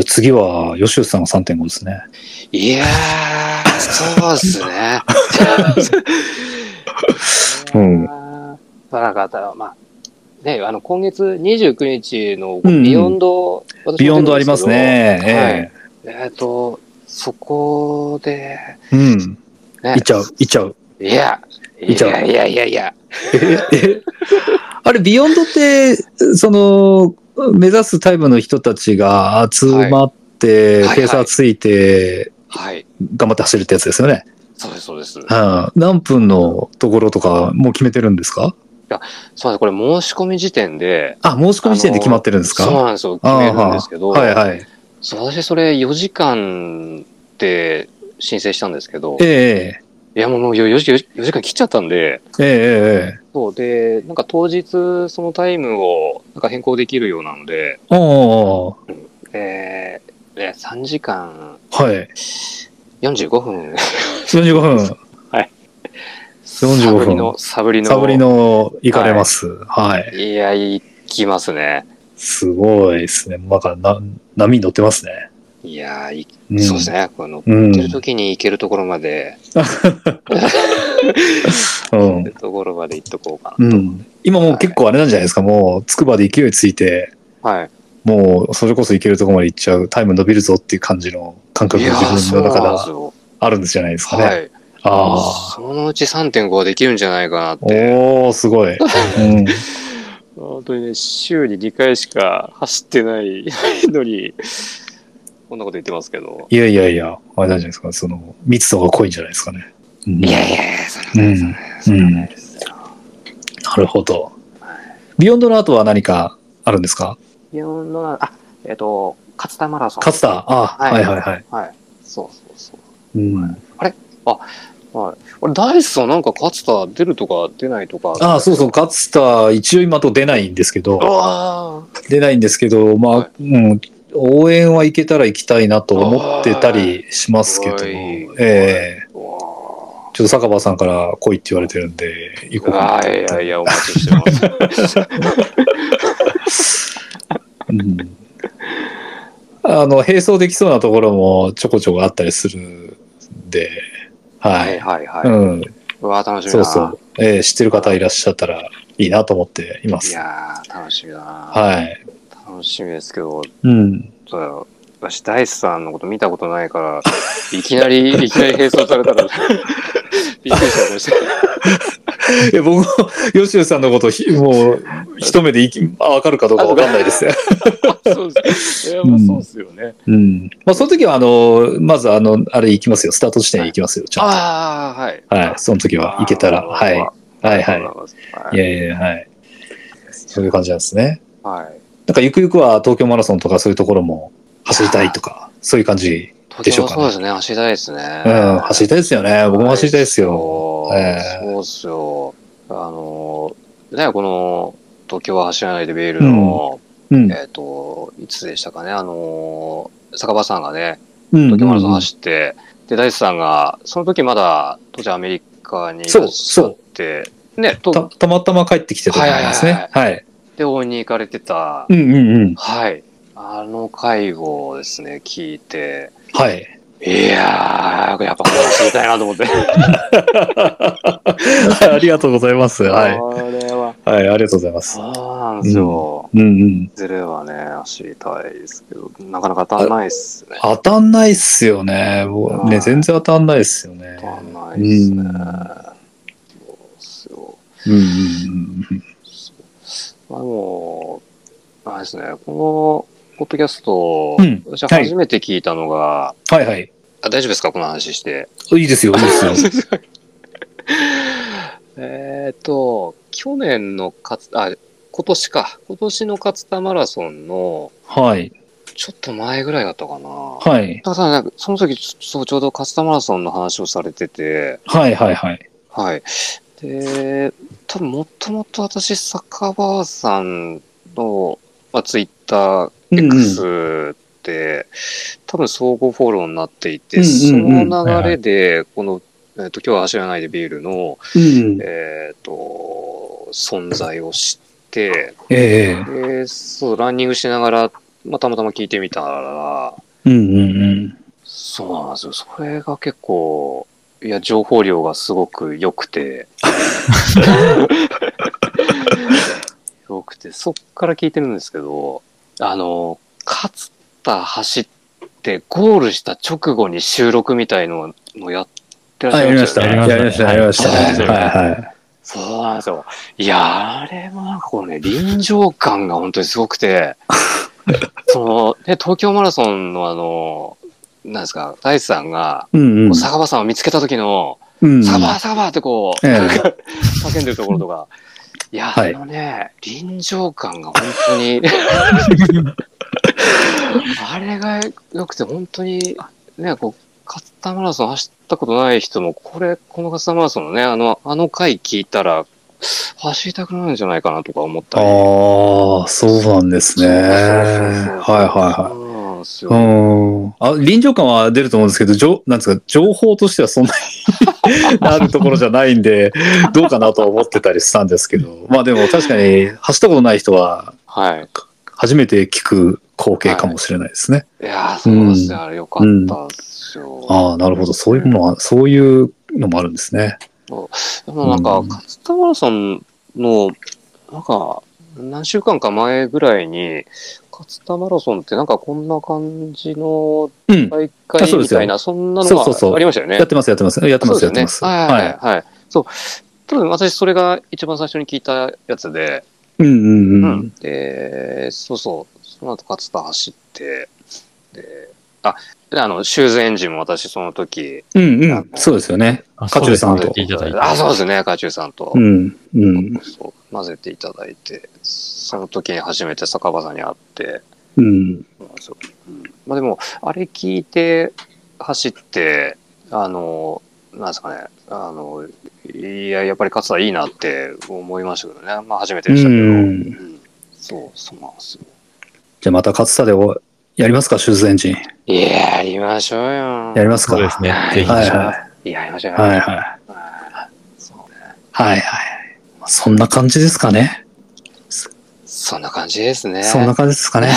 Speaker 2: あ次は、吉内さんが3.5ですね。
Speaker 3: い。いやー、そうですね。
Speaker 2: うん
Speaker 3: まあ、なんかあったら、まあ、ね、あの、今月29日の
Speaker 2: うんうん
Speaker 3: ビヨンド、私も出るんですけど
Speaker 2: ビヨンドありますね。
Speaker 3: はい。えっ、と、そこで、
Speaker 2: ええうん。
Speaker 3: ね
Speaker 2: いっちゃう、いっち ゃう。
Speaker 3: いや、い
Speaker 2: いちゃう
Speaker 3: やいやいやいや。
Speaker 2: あれ、ビヨンドって、その、目指すタイプの人たちが集まって、
Speaker 3: はい
Speaker 2: ペーサーついて、
Speaker 3: はい。
Speaker 2: 頑張って走るってやつですよね。
Speaker 3: そうです、そうです。
Speaker 2: うん。何分のところとか、もう決めてるんですか
Speaker 3: そうです、これ申し込み時点で、
Speaker 2: あ、申し込み時点で決まってるんですか
Speaker 3: そうなんですよ。決めるんですけど、
Speaker 2: はいはい。
Speaker 3: そう私それ4時間って申請したんですけど、
Speaker 2: え
Speaker 3: いやもうもう 4, 時 ,4 時間切っちゃったんで、
Speaker 2: えええええ
Speaker 3: そうで、なんか当日そのタイムをなんか変更できるようなので、
Speaker 2: おお
Speaker 3: えーね3時間
Speaker 2: はい。
Speaker 3: 45分。
Speaker 2: 45分、45分
Speaker 3: サブリの、サブリの。
Speaker 2: サブリの行かれます。はい。
Speaker 3: いや、行きますね。
Speaker 2: すごいですね。なんかな、波に乗ってますね。
Speaker 3: いや、い
Speaker 2: ん
Speaker 3: そうですね。この、
Speaker 2: う
Speaker 3: 行
Speaker 2: ん。
Speaker 3: ってる時に行けるところまで、
Speaker 2: うん
Speaker 3: 行けるところまで行っとこうか
Speaker 2: う
Speaker 3: なと。
Speaker 2: ん。今もう結構あれなんじゃないですか。もう、つくばで勢いついて、
Speaker 3: はい。
Speaker 2: もう、それこそ行けるとこまで行っちゃう、タイム伸びるぞっていう感じの感覚
Speaker 3: い
Speaker 2: が
Speaker 3: やー、
Speaker 2: 自
Speaker 3: そう
Speaker 2: 分の
Speaker 3: なん
Speaker 2: 中
Speaker 3: です
Speaker 2: で
Speaker 3: よ。
Speaker 2: あるんじゃないですかね。
Speaker 3: はい。
Speaker 2: ああ。
Speaker 3: そのうち3.5はできるんじゃないかなって。
Speaker 2: おー、すごい。 うん。
Speaker 3: 本当にね、週に2回しか走ってないのに、こんなこと言ってますけど。
Speaker 2: いやいやいや、あれなんじゃないですか。その、密度が濃いんじゃないですかね。うん
Speaker 3: いやいやいや、そんなことそんなことないですよ。
Speaker 2: なるほど。ビヨンドの後は何かあるんですか
Speaker 3: 日本の、あ、えっと、勝田マラソン。
Speaker 2: 勝田。あ、
Speaker 3: はい
Speaker 2: はいはいはい。
Speaker 3: はい。そうそうそう。
Speaker 2: うん、
Speaker 3: 俺、ダイスさんなんか勝田出るとか出ないとか。
Speaker 2: あそうそう、勝田、一応今のとこ出ないんですけど、
Speaker 3: ああ。
Speaker 2: 出ないんですけど、まあ、
Speaker 3: は
Speaker 2: うん、応援は行けたら行きたいなと思ってたりしますけど、
Speaker 3: すごい
Speaker 2: ええ
Speaker 3: うわ
Speaker 2: ちょっと坂場さんから来いって言われてるんで、行こ
Speaker 3: ー
Speaker 2: うかな
Speaker 3: あ
Speaker 2: と
Speaker 3: ー。
Speaker 2: 思
Speaker 3: い
Speaker 2: っ
Speaker 3: や
Speaker 2: て。
Speaker 3: いや、お待ちしてます。
Speaker 2: うんあの、並走できそうなところもちょこちょこあったりするんで、は。
Speaker 3: はいいはいはい。
Speaker 2: うん、
Speaker 3: うわー楽しみだ
Speaker 2: そう
Speaker 3: な。
Speaker 2: そう。ええ知ってる方いらっしゃったらいいなと思っていま
Speaker 3: い
Speaker 2: す。
Speaker 3: やー、楽しみだな。
Speaker 2: はい。
Speaker 3: 楽しみですけど、
Speaker 2: うん。
Speaker 3: そうだよ私、ダイスさんのこと見たことない から、いきなり、いきなり並走された ら、びっくりしたかもしれない。
Speaker 2: いや、僕も、吉野さんのことひ、もう、一目でいき、あ、わかるかどうかわかんないですね。
Speaker 3: そうです。いや、まあ、
Speaker 2: うん
Speaker 3: そうですよね。
Speaker 2: うん。まあ、その時は、あの、まず、あの、あれ行きますよ。スタート地点行きますよ。ちゃん
Speaker 3: ああ、はい。
Speaker 2: と。はい。その時は行けたら。はい。
Speaker 3: あ
Speaker 2: はい
Speaker 3: ー
Speaker 2: は。
Speaker 3: はい
Speaker 2: い
Speaker 3: い。
Speaker 2: やいやはい。そういう感じなんですね。
Speaker 3: はい。
Speaker 2: なんか、ゆくゆくは東京マラソンとかそういうところも走りたいとか、そういう感じ。で
Speaker 3: 東
Speaker 2: しょう
Speaker 3: 京は
Speaker 2: かね
Speaker 3: そうですね、走りたいですね。
Speaker 2: うん。走りたいですよね。僕も走りたいですよ。
Speaker 3: そう
Speaker 2: ええ
Speaker 3: そうっすよ。あの、ね、この、東京は走らないでベールの、
Speaker 2: うん。
Speaker 3: えっ、と、いつでしたかね、あのー坂場さんがね、
Speaker 2: うん。
Speaker 3: 東京マラソン走って、で、大地さんが、その時まだ、当時アメリカにい
Speaker 2: そう
Speaker 3: らっしゃって、ね、
Speaker 2: た
Speaker 3: と、
Speaker 2: たまたま帰ってきてたと思いますね。はい。
Speaker 3: で、応援に行かれてた、
Speaker 2: うんうんうん。
Speaker 3: はい。あの会をですね、聞いて、
Speaker 2: はい。
Speaker 3: いやー、やっぱ話みたいな と思って。
Speaker 2: はいありがとうございます。はい。
Speaker 3: これは。
Speaker 2: はい、ありがとうございます。
Speaker 3: そうなんですよ。
Speaker 2: うんうん。
Speaker 3: ズレはね、走りたいですけど、なかなか当たんないっすね。
Speaker 2: 当たんないっすよね。もう
Speaker 3: は
Speaker 2: ね、
Speaker 3: い
Speaker 2: 全然当たんないっすよね
Speaker 3: 当。たんないですね
Speaker 2: うん。
Speaker 3: そうっすよ。
Speaker 2: うんうんうん。
Speaker 3: まあでも、あれですね、この、ポッドキャスト、
Speaker 2: うん
Speaker 3: 私は
Speaker 2: はい
Speaker 3: 初めて聞いたのが、
Speaker 2: はいはい。
Speaker 3: あ大丈夫ですかこの話して。
Speaker 2: いいですよ、いいですよ。
Speaker 3: えっと、去年のかつ、あ、今年か。今年の勝田マラソンの、
Speaker 2: はい。
Speaker 3: ちょっと前ぐらいだったかな。
Speaker 2: はい。
Speaker 3: ただ、なんか、その時、そう、ちょうどカスタマラソンの話をされてて、
Speaker 2: はいはいはい。
Speaker 3: はい。で、多分もともと私、坂場さんの、まあ、ツイッタ
Speaker 2: うんうん
Speaker 3: ー、X って、多分相互フォローになっていて、
Speaker 2: うんうんうん
Speaker 3: その流れで、この、えっと、今日は走らないでビールの、
Speaker 2: うん。
Speaker 3: えっ、と、存在を知って、
Speaker 2: ええ。
Speaker 3: で、そう、ランニングしながら、まあ、たまたま聞いてみたら、
Speaker 2: うんうんうん。
Speaker 3: そうなんですよ。それが結構、いや、情報量がすごく良くて。良くて、そっから聞いてるんですけど、あの、勝った走って、ゴールした直後に収録みたいのをやってらっ
Speaker 2: あ、
Speaker 3: し
Speaker 2: や
Speaker 3: ゃい
Speaker 2: り
Speaker 3: ま
Speaker 2: ま
Speaker 3: し
Speaker 2: したた。
Speaker 3: よ
Speaker 2: や
Speaker 3: ね。
Speaker 2: りました。やりました。
Speaker 3: はい
Speaker 2: はいはい。
Speaker 3: そうなんですよ。いや、あれもなんかこうね、臨場感が本当にすごくて、 その、ね、東京マラソンのあの、なんですか、大地さんが、
Speaker 2: うんうん
Speaker 3: こう。坂場さんを見つけた時の、
Speaker 2: うん。
Speaker 3: 坂場、坂場ってこう、
Speaker 2: ええ
Speaker 3: 叫んでるところとか、 いや、
Speaker 2: はい
Speaker 3: あのね、臨場感が本当に、 あれが良くて、本当に、ね、こう、カスタマラソン走ったことない人も、これ、このカスタマラソンのね、あの、あの回聞いたら、走りたくなるんじゃないかなとか思ったり。
Speaker 2: ああ、そうなんですね。
Speaker 3: そう
Speaker 2: はい
Speaker 3: そうそうそう
Speaker 2: は
Speaker 3: そうなんです
Speaker 2: い
Speaker 3: よ。
Speaker 2: はい。うん。あ、臨場感は出ると思うんですけど、じょなんですか、情報としてはそんなに なるところじゃないんで、どうかなとは思ってたりしたんですけど、まあでも確かに走ったことない人は、
Speaker 3: はい。
Speaker 2: 初めて聞く光景かもしれないですね。
Speaker 3: いやー、そうですね。あれ良かったっすよ。
Speaker 2: ああ、なるほど。そういうものは、そういうのもあるんですね。
Speaker 3: でもなんか、
Speaker 2: うん
Speaker 3: 勝田マラソンの、なんか、何週間か前ぐらいに、勝田マラソンってなんかこんな感じの
Speaker 2: うん。
Speaker 3: 大
Speaker 2: あそ
Speaker 3: 会
Speaker 2: うで
Speaker 3: み
Speaker 2: すよ
Speaker 3: たいな、そんな
Speaker 2: そうそうそ
Speaker 3: の
Speaker 2: う
Speaker 3: がありましたよね。
Speaker 2: やってます、やってます。やってます、やってます。
Speaker 3: そうですよねはいはい
Speaker 2: は
Speaker 3: はい。そう。多分私それが一番最初に聞いたやつで、
Speaker 2: い。うんうんう。
Speaker 3: うんんで、そうそう、その後勝田走って、で、あ、であの、シューズエンジンも私その時、
Speaker 2: うんうん。そうですよね。
Speaker 1: あ
Speaker 2: カチューさんと
Speaker 1: そうですね聞いていただいて
Speaker 3: あ、そうですね、カチューさんと。
Speaker 2: うんうん。
Speaker 3: そう混ぜていただいて、その時に初めて坂場さんに会って、
Speaker 2: うん。
Speaker 3: そうなんですようんまあでも、あれ聞いて走って、あの、なんですかね、あの、いや、やっぱり勝田いいなって思いましたけどね。まあ初めてでしたけど。
Speaker 2: うん
Speaker 3: んそう、そうなんですよ。
Speaker 2: じゃあまた勝田でおやりますか、シューズエンジン。
Speaker 3: いや、やりましょうよ。
Speaker 2: やりますか。
Speaker 1: そうですね。
Speaker 3: はい
Speaker 1: ぜひ。
Speaker 2: はいはい
Speaker 3: や、やりましょうよ。
Speaker 2: い。はいはい。
Speaker 3: そうね
Speaker 2: はいはい。まあそんな感じですかね。
Speaker 3: そんな感じですね。
Speaker 2: そんな感じです かね。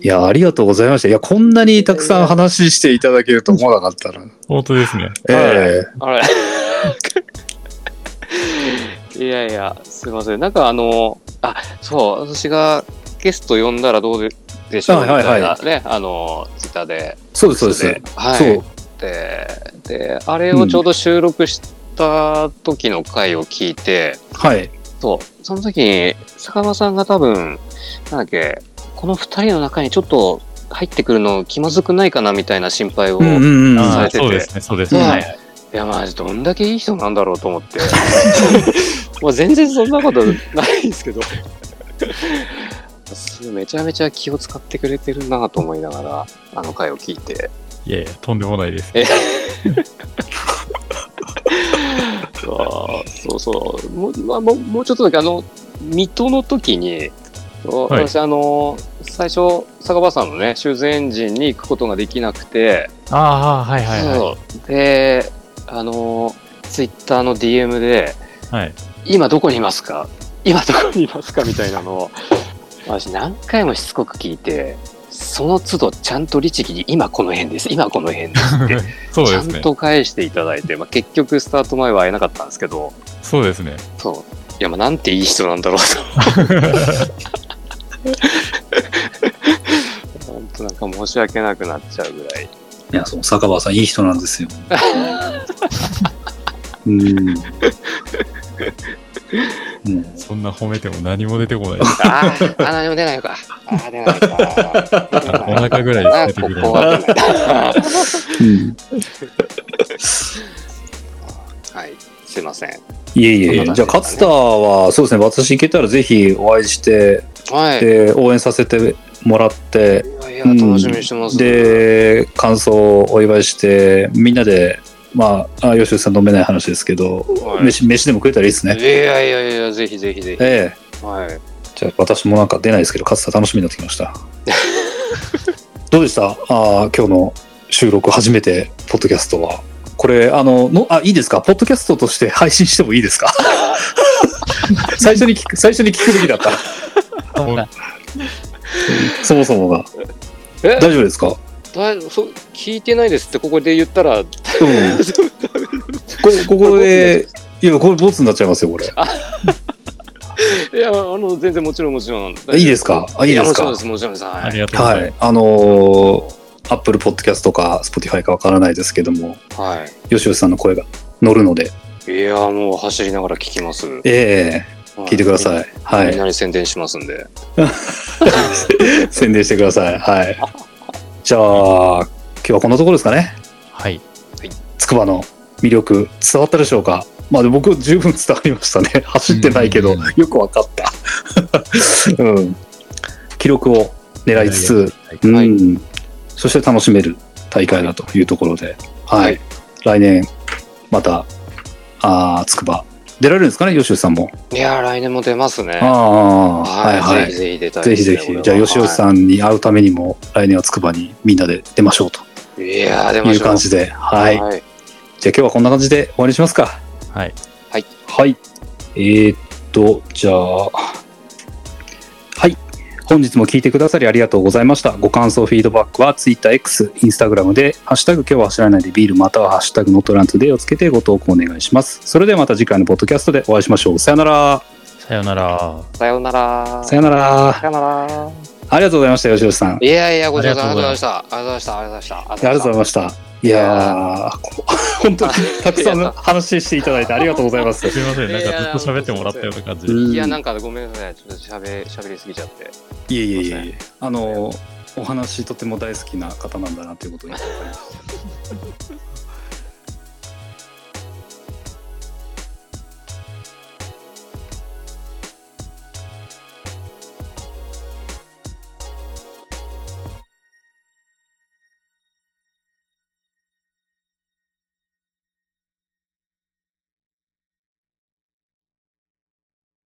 Speaker 2: いや、ありがとうございました。いや、こんなにたくさん話していただけると思わなかったな。
Speaker 1: 本当ですね。
Speaker 2: ええ
Speaker 3: あれいやいや、すいません。なんかあの、あ、そう、私がゲスト呼んだらどうででしょうみ
Speaker 2: はいはいはい
Speaker 3: たいなね、あの、ツイッターで。
Speaker 2: そうです、そうです。
Speaker 3: はい。
Speaker 2: そう。
Speaker 3: で、で、あれをちょうど収録した時の回を聞いて、
Speaker 2: はい。
Speaker 3: そう、その時に坂間さんが多分、なんだっけ、この二人の中にちょっと入ってくるの気まずくないかなみたいな心配を、
Speaker 2: うんうんうん。
Speaker 1: あ
Speaker 3: さ
Speaker 1: ー
Speaker 3: れてて
Speaker 1: そうですね、そうです
Speaker 3: う
Speaker 1: ね。
Speaker 3: ん
Speaker 1: はいはい
Speaker 3: いや、まあ、どんだけいい人なんだろうと思って。 もう全然そんなことないんですけど。めちゃめちゃ気を使ってくれてるなと思いながら、あの回を聞いて。
Speaker 1: いやいや、とんでもないです。
Speaker 3: えか、そうそう、もう,、まあ、もうもうちょっとだけ、あの、水戸の時に、そう
Speaker 1: はい
Speaker 3: 私、あの、最初、坂場さんのね、修繕エンジンに行くことができなくて、
Speaker 1: ああ、はいはいは
Speaker 3: そうで、あの、ツイッターの DM で、
Speaker 1: い。はい。
Speaker 3: 今どこにいますか今どこにいますかみたいなのを、私、何回もしつこく聞いて、その都度ちゃんと律儀に今この辺です、今この辺ですって
Speaker 1: そう
Speaker 3: ち
Speaker 1: で
Speaker 3: ゃ
Speaker 1: す
Speaker 3: ん
Speaker 1: ね。
Speaker 3: と返していただいて、まあ、結局スタート前は会えなかったんですけど、
Speaker 1: そうですね。
Speaker 3: そう。いや、まあ、なんていい人なんだろう と。本当なんか申し訳なくなっちゃうぐらい。
Speaker 2: いや、そう、坂場さん、いい人なん ですよ。 うん。うん、
Speaker 1: そんな褒めても何も出てこない。
Speaker 3: あーあ、何も出ないのか。ああ、出 ないか。出ない
Speaker 1: お腹ぐらい
Speaker 3: あ
Speaker 1: 出てく
Speaker 3: こ
Speaker 1: る。
Speaker 3: こは出ない。
Speaker 2: うん
Speaker 3: はい。すいません。
Speaker 2: いえい
Speaker 3: そんな感じ
Speaker 2: え、じゃ
Speaker 3: ですかね
Speaker 2: あ、勝田は、そうですね、私行けたらぜひお会いして、
Speaker 3: はい。
Speaker 2: で、応援させてもらって、
Speaker 3: いや、楽しみにしてます。
Speaker 2: で、感想をお祝いして、みんなで、まあ、あ吉田さん飲めない話ですけど、
Speaker 3: はい、
Speaker 2: 飯、飯でも食えたらいいです
Speaker 3: い
Speaker 2: ね。
Speaker 3: やいやいや、ぜひぜひぜ
Speaker 2: ええ。
Speaker 3: ひ。はい。
Speaker 2: じゃあ、私もなんか出ないですけど、勝田楽しみになってきました。どうでしたあー今日の収録初めて、ポッドキャストは。これ、あの、のあ、いいですかポッドキャストとして配信してもいいですか 最初に聞く、最初に聞くべきだった。
Speaker 1: ほら
Speaker 2: そもそもが。
Speaker 3: え
Speaker 2: 大丈夫ですか
Speaker 3: だそう聞いてないですってここで言ったら、
Speaker 2: うん。こここで、いや、これボツになっちゃいますよ、これ。
Speaker 3: いや、あの、全然もちろんもちろん。い
Speaker 2: いいですかあいいですか
Speaker 3: やもちろんです、もちろんです。
Speaker 1: あ
Speaker 3: は
Speaker 1: り
Speaker 3: い。
Speaker 1: がとうござい
Speaker 2: は
Speaker 1: ます。
Speaker 2: い。あのー、Apple Podcast とか Spotify かわからないですけども、
Speaker 3: は
Speaker 2: 吉尾さんの声が乗るので、
Speaker 3: い。いや、もう走りながら聞きます。
Speaker 2: ええ聞いてくだ
Speaker 3: は
Speaker 2: さ
Speaker 3: い。
Speaker 2: い。は
Speaker 3: みん
Speaker 2: い。
Speaker 3: なに宣伝しますんで。
Speaker 2: 宣伝してください。はい。じゃあ、今日はこんなところですかね。
Speaker 1: はい。
Speaker 2: つくばの魅力、伝わったでしょうかまあ、でも僕、十分伝わりましたね。 走ってないけど
Speaker 1: うん、
Speaker 2: よくわかった。 うん。記録を狙いつつ、
Speaker 1: は
Speaker 3: はい
Speaker 2: うん、そして楽しめる大会だというところで、はい
Speaker 3: はい
Speaker 2: 来年またあーつくば出られるんですかね吉吉さんも。
Speaker 3: いや、来年も出ますね。
Speaker 2: ああ
Speaker 3: は、
Speaker 2: はいいは
Speaker 3: ぜひ
Speaker 2: い。
Speaker 3: ぜひ出たい
Speaker 2: ぜ
Speaker 3: で
Speaker 2: ひ
Speaker 3: す
Speaker 2: ぜ
Speaker 3: ね、
Speaker 2: ひじゃあ吉吉
Speaker 3: ん。は
Speaker 2: さんに会うためにも来年はつくばにみんなで出ましょうと
Speaker 3: いいや、出ま
Speaker 2: い
Speaker 3: し
Speaker 2: う
Speaker 3: ょう
Speaker 2: 感。じで、はい。じゃあ
Speaker 3: はい。
Speaker 2: 今日はこんな感じで終わりにしますか。
Speaker 1: はい。
Speaker 2: はい。えー、っと、じゃあ、はい。本日も聞いてくださりありがとうございました。ご感想、フィードバックは TwitterX、Instagram で、ハッシュタグ今日は走らないでビールまたはハッシュタグノットラントでをつけてご投稿お願いします。それではまた次回のポッドキャストでお会いしましょう。さよなら。
Speaker 1: さようなら。
Speaker 3: さようなら。
Speaker 2: さよなら。
Speaker 3: さようなら。
Speaker 2: ありがとうございました、吉吉さん。あ
Speaker 3: いやいや、ごちそうさま
Speaker 1: あ
Speaker 3: あ
Speaker 1: り
Speaker 3: り
Speaker 1: がとうござい
Speaker 3: がとうござい
Speaker 1: ま
Speaker 3: ました。ありがとうございました。ありがとうござい
Speaker 2: りがとう
Speaker 3: ました。あ
Speaker 2: ございました。いやー、こ 本当にたくさん話していただいてありがとうございます
Speaker 1: す。いません。なんかずっと喋ってもらったような感じで。
Speaker 2: うん
Speaker 3: いや、なんかごめんなさい。ちょっと喋喋りすぎちゃって。
Speaker 2: いえいえいえいえ、あの、お話とても大好きな方なんだなということに。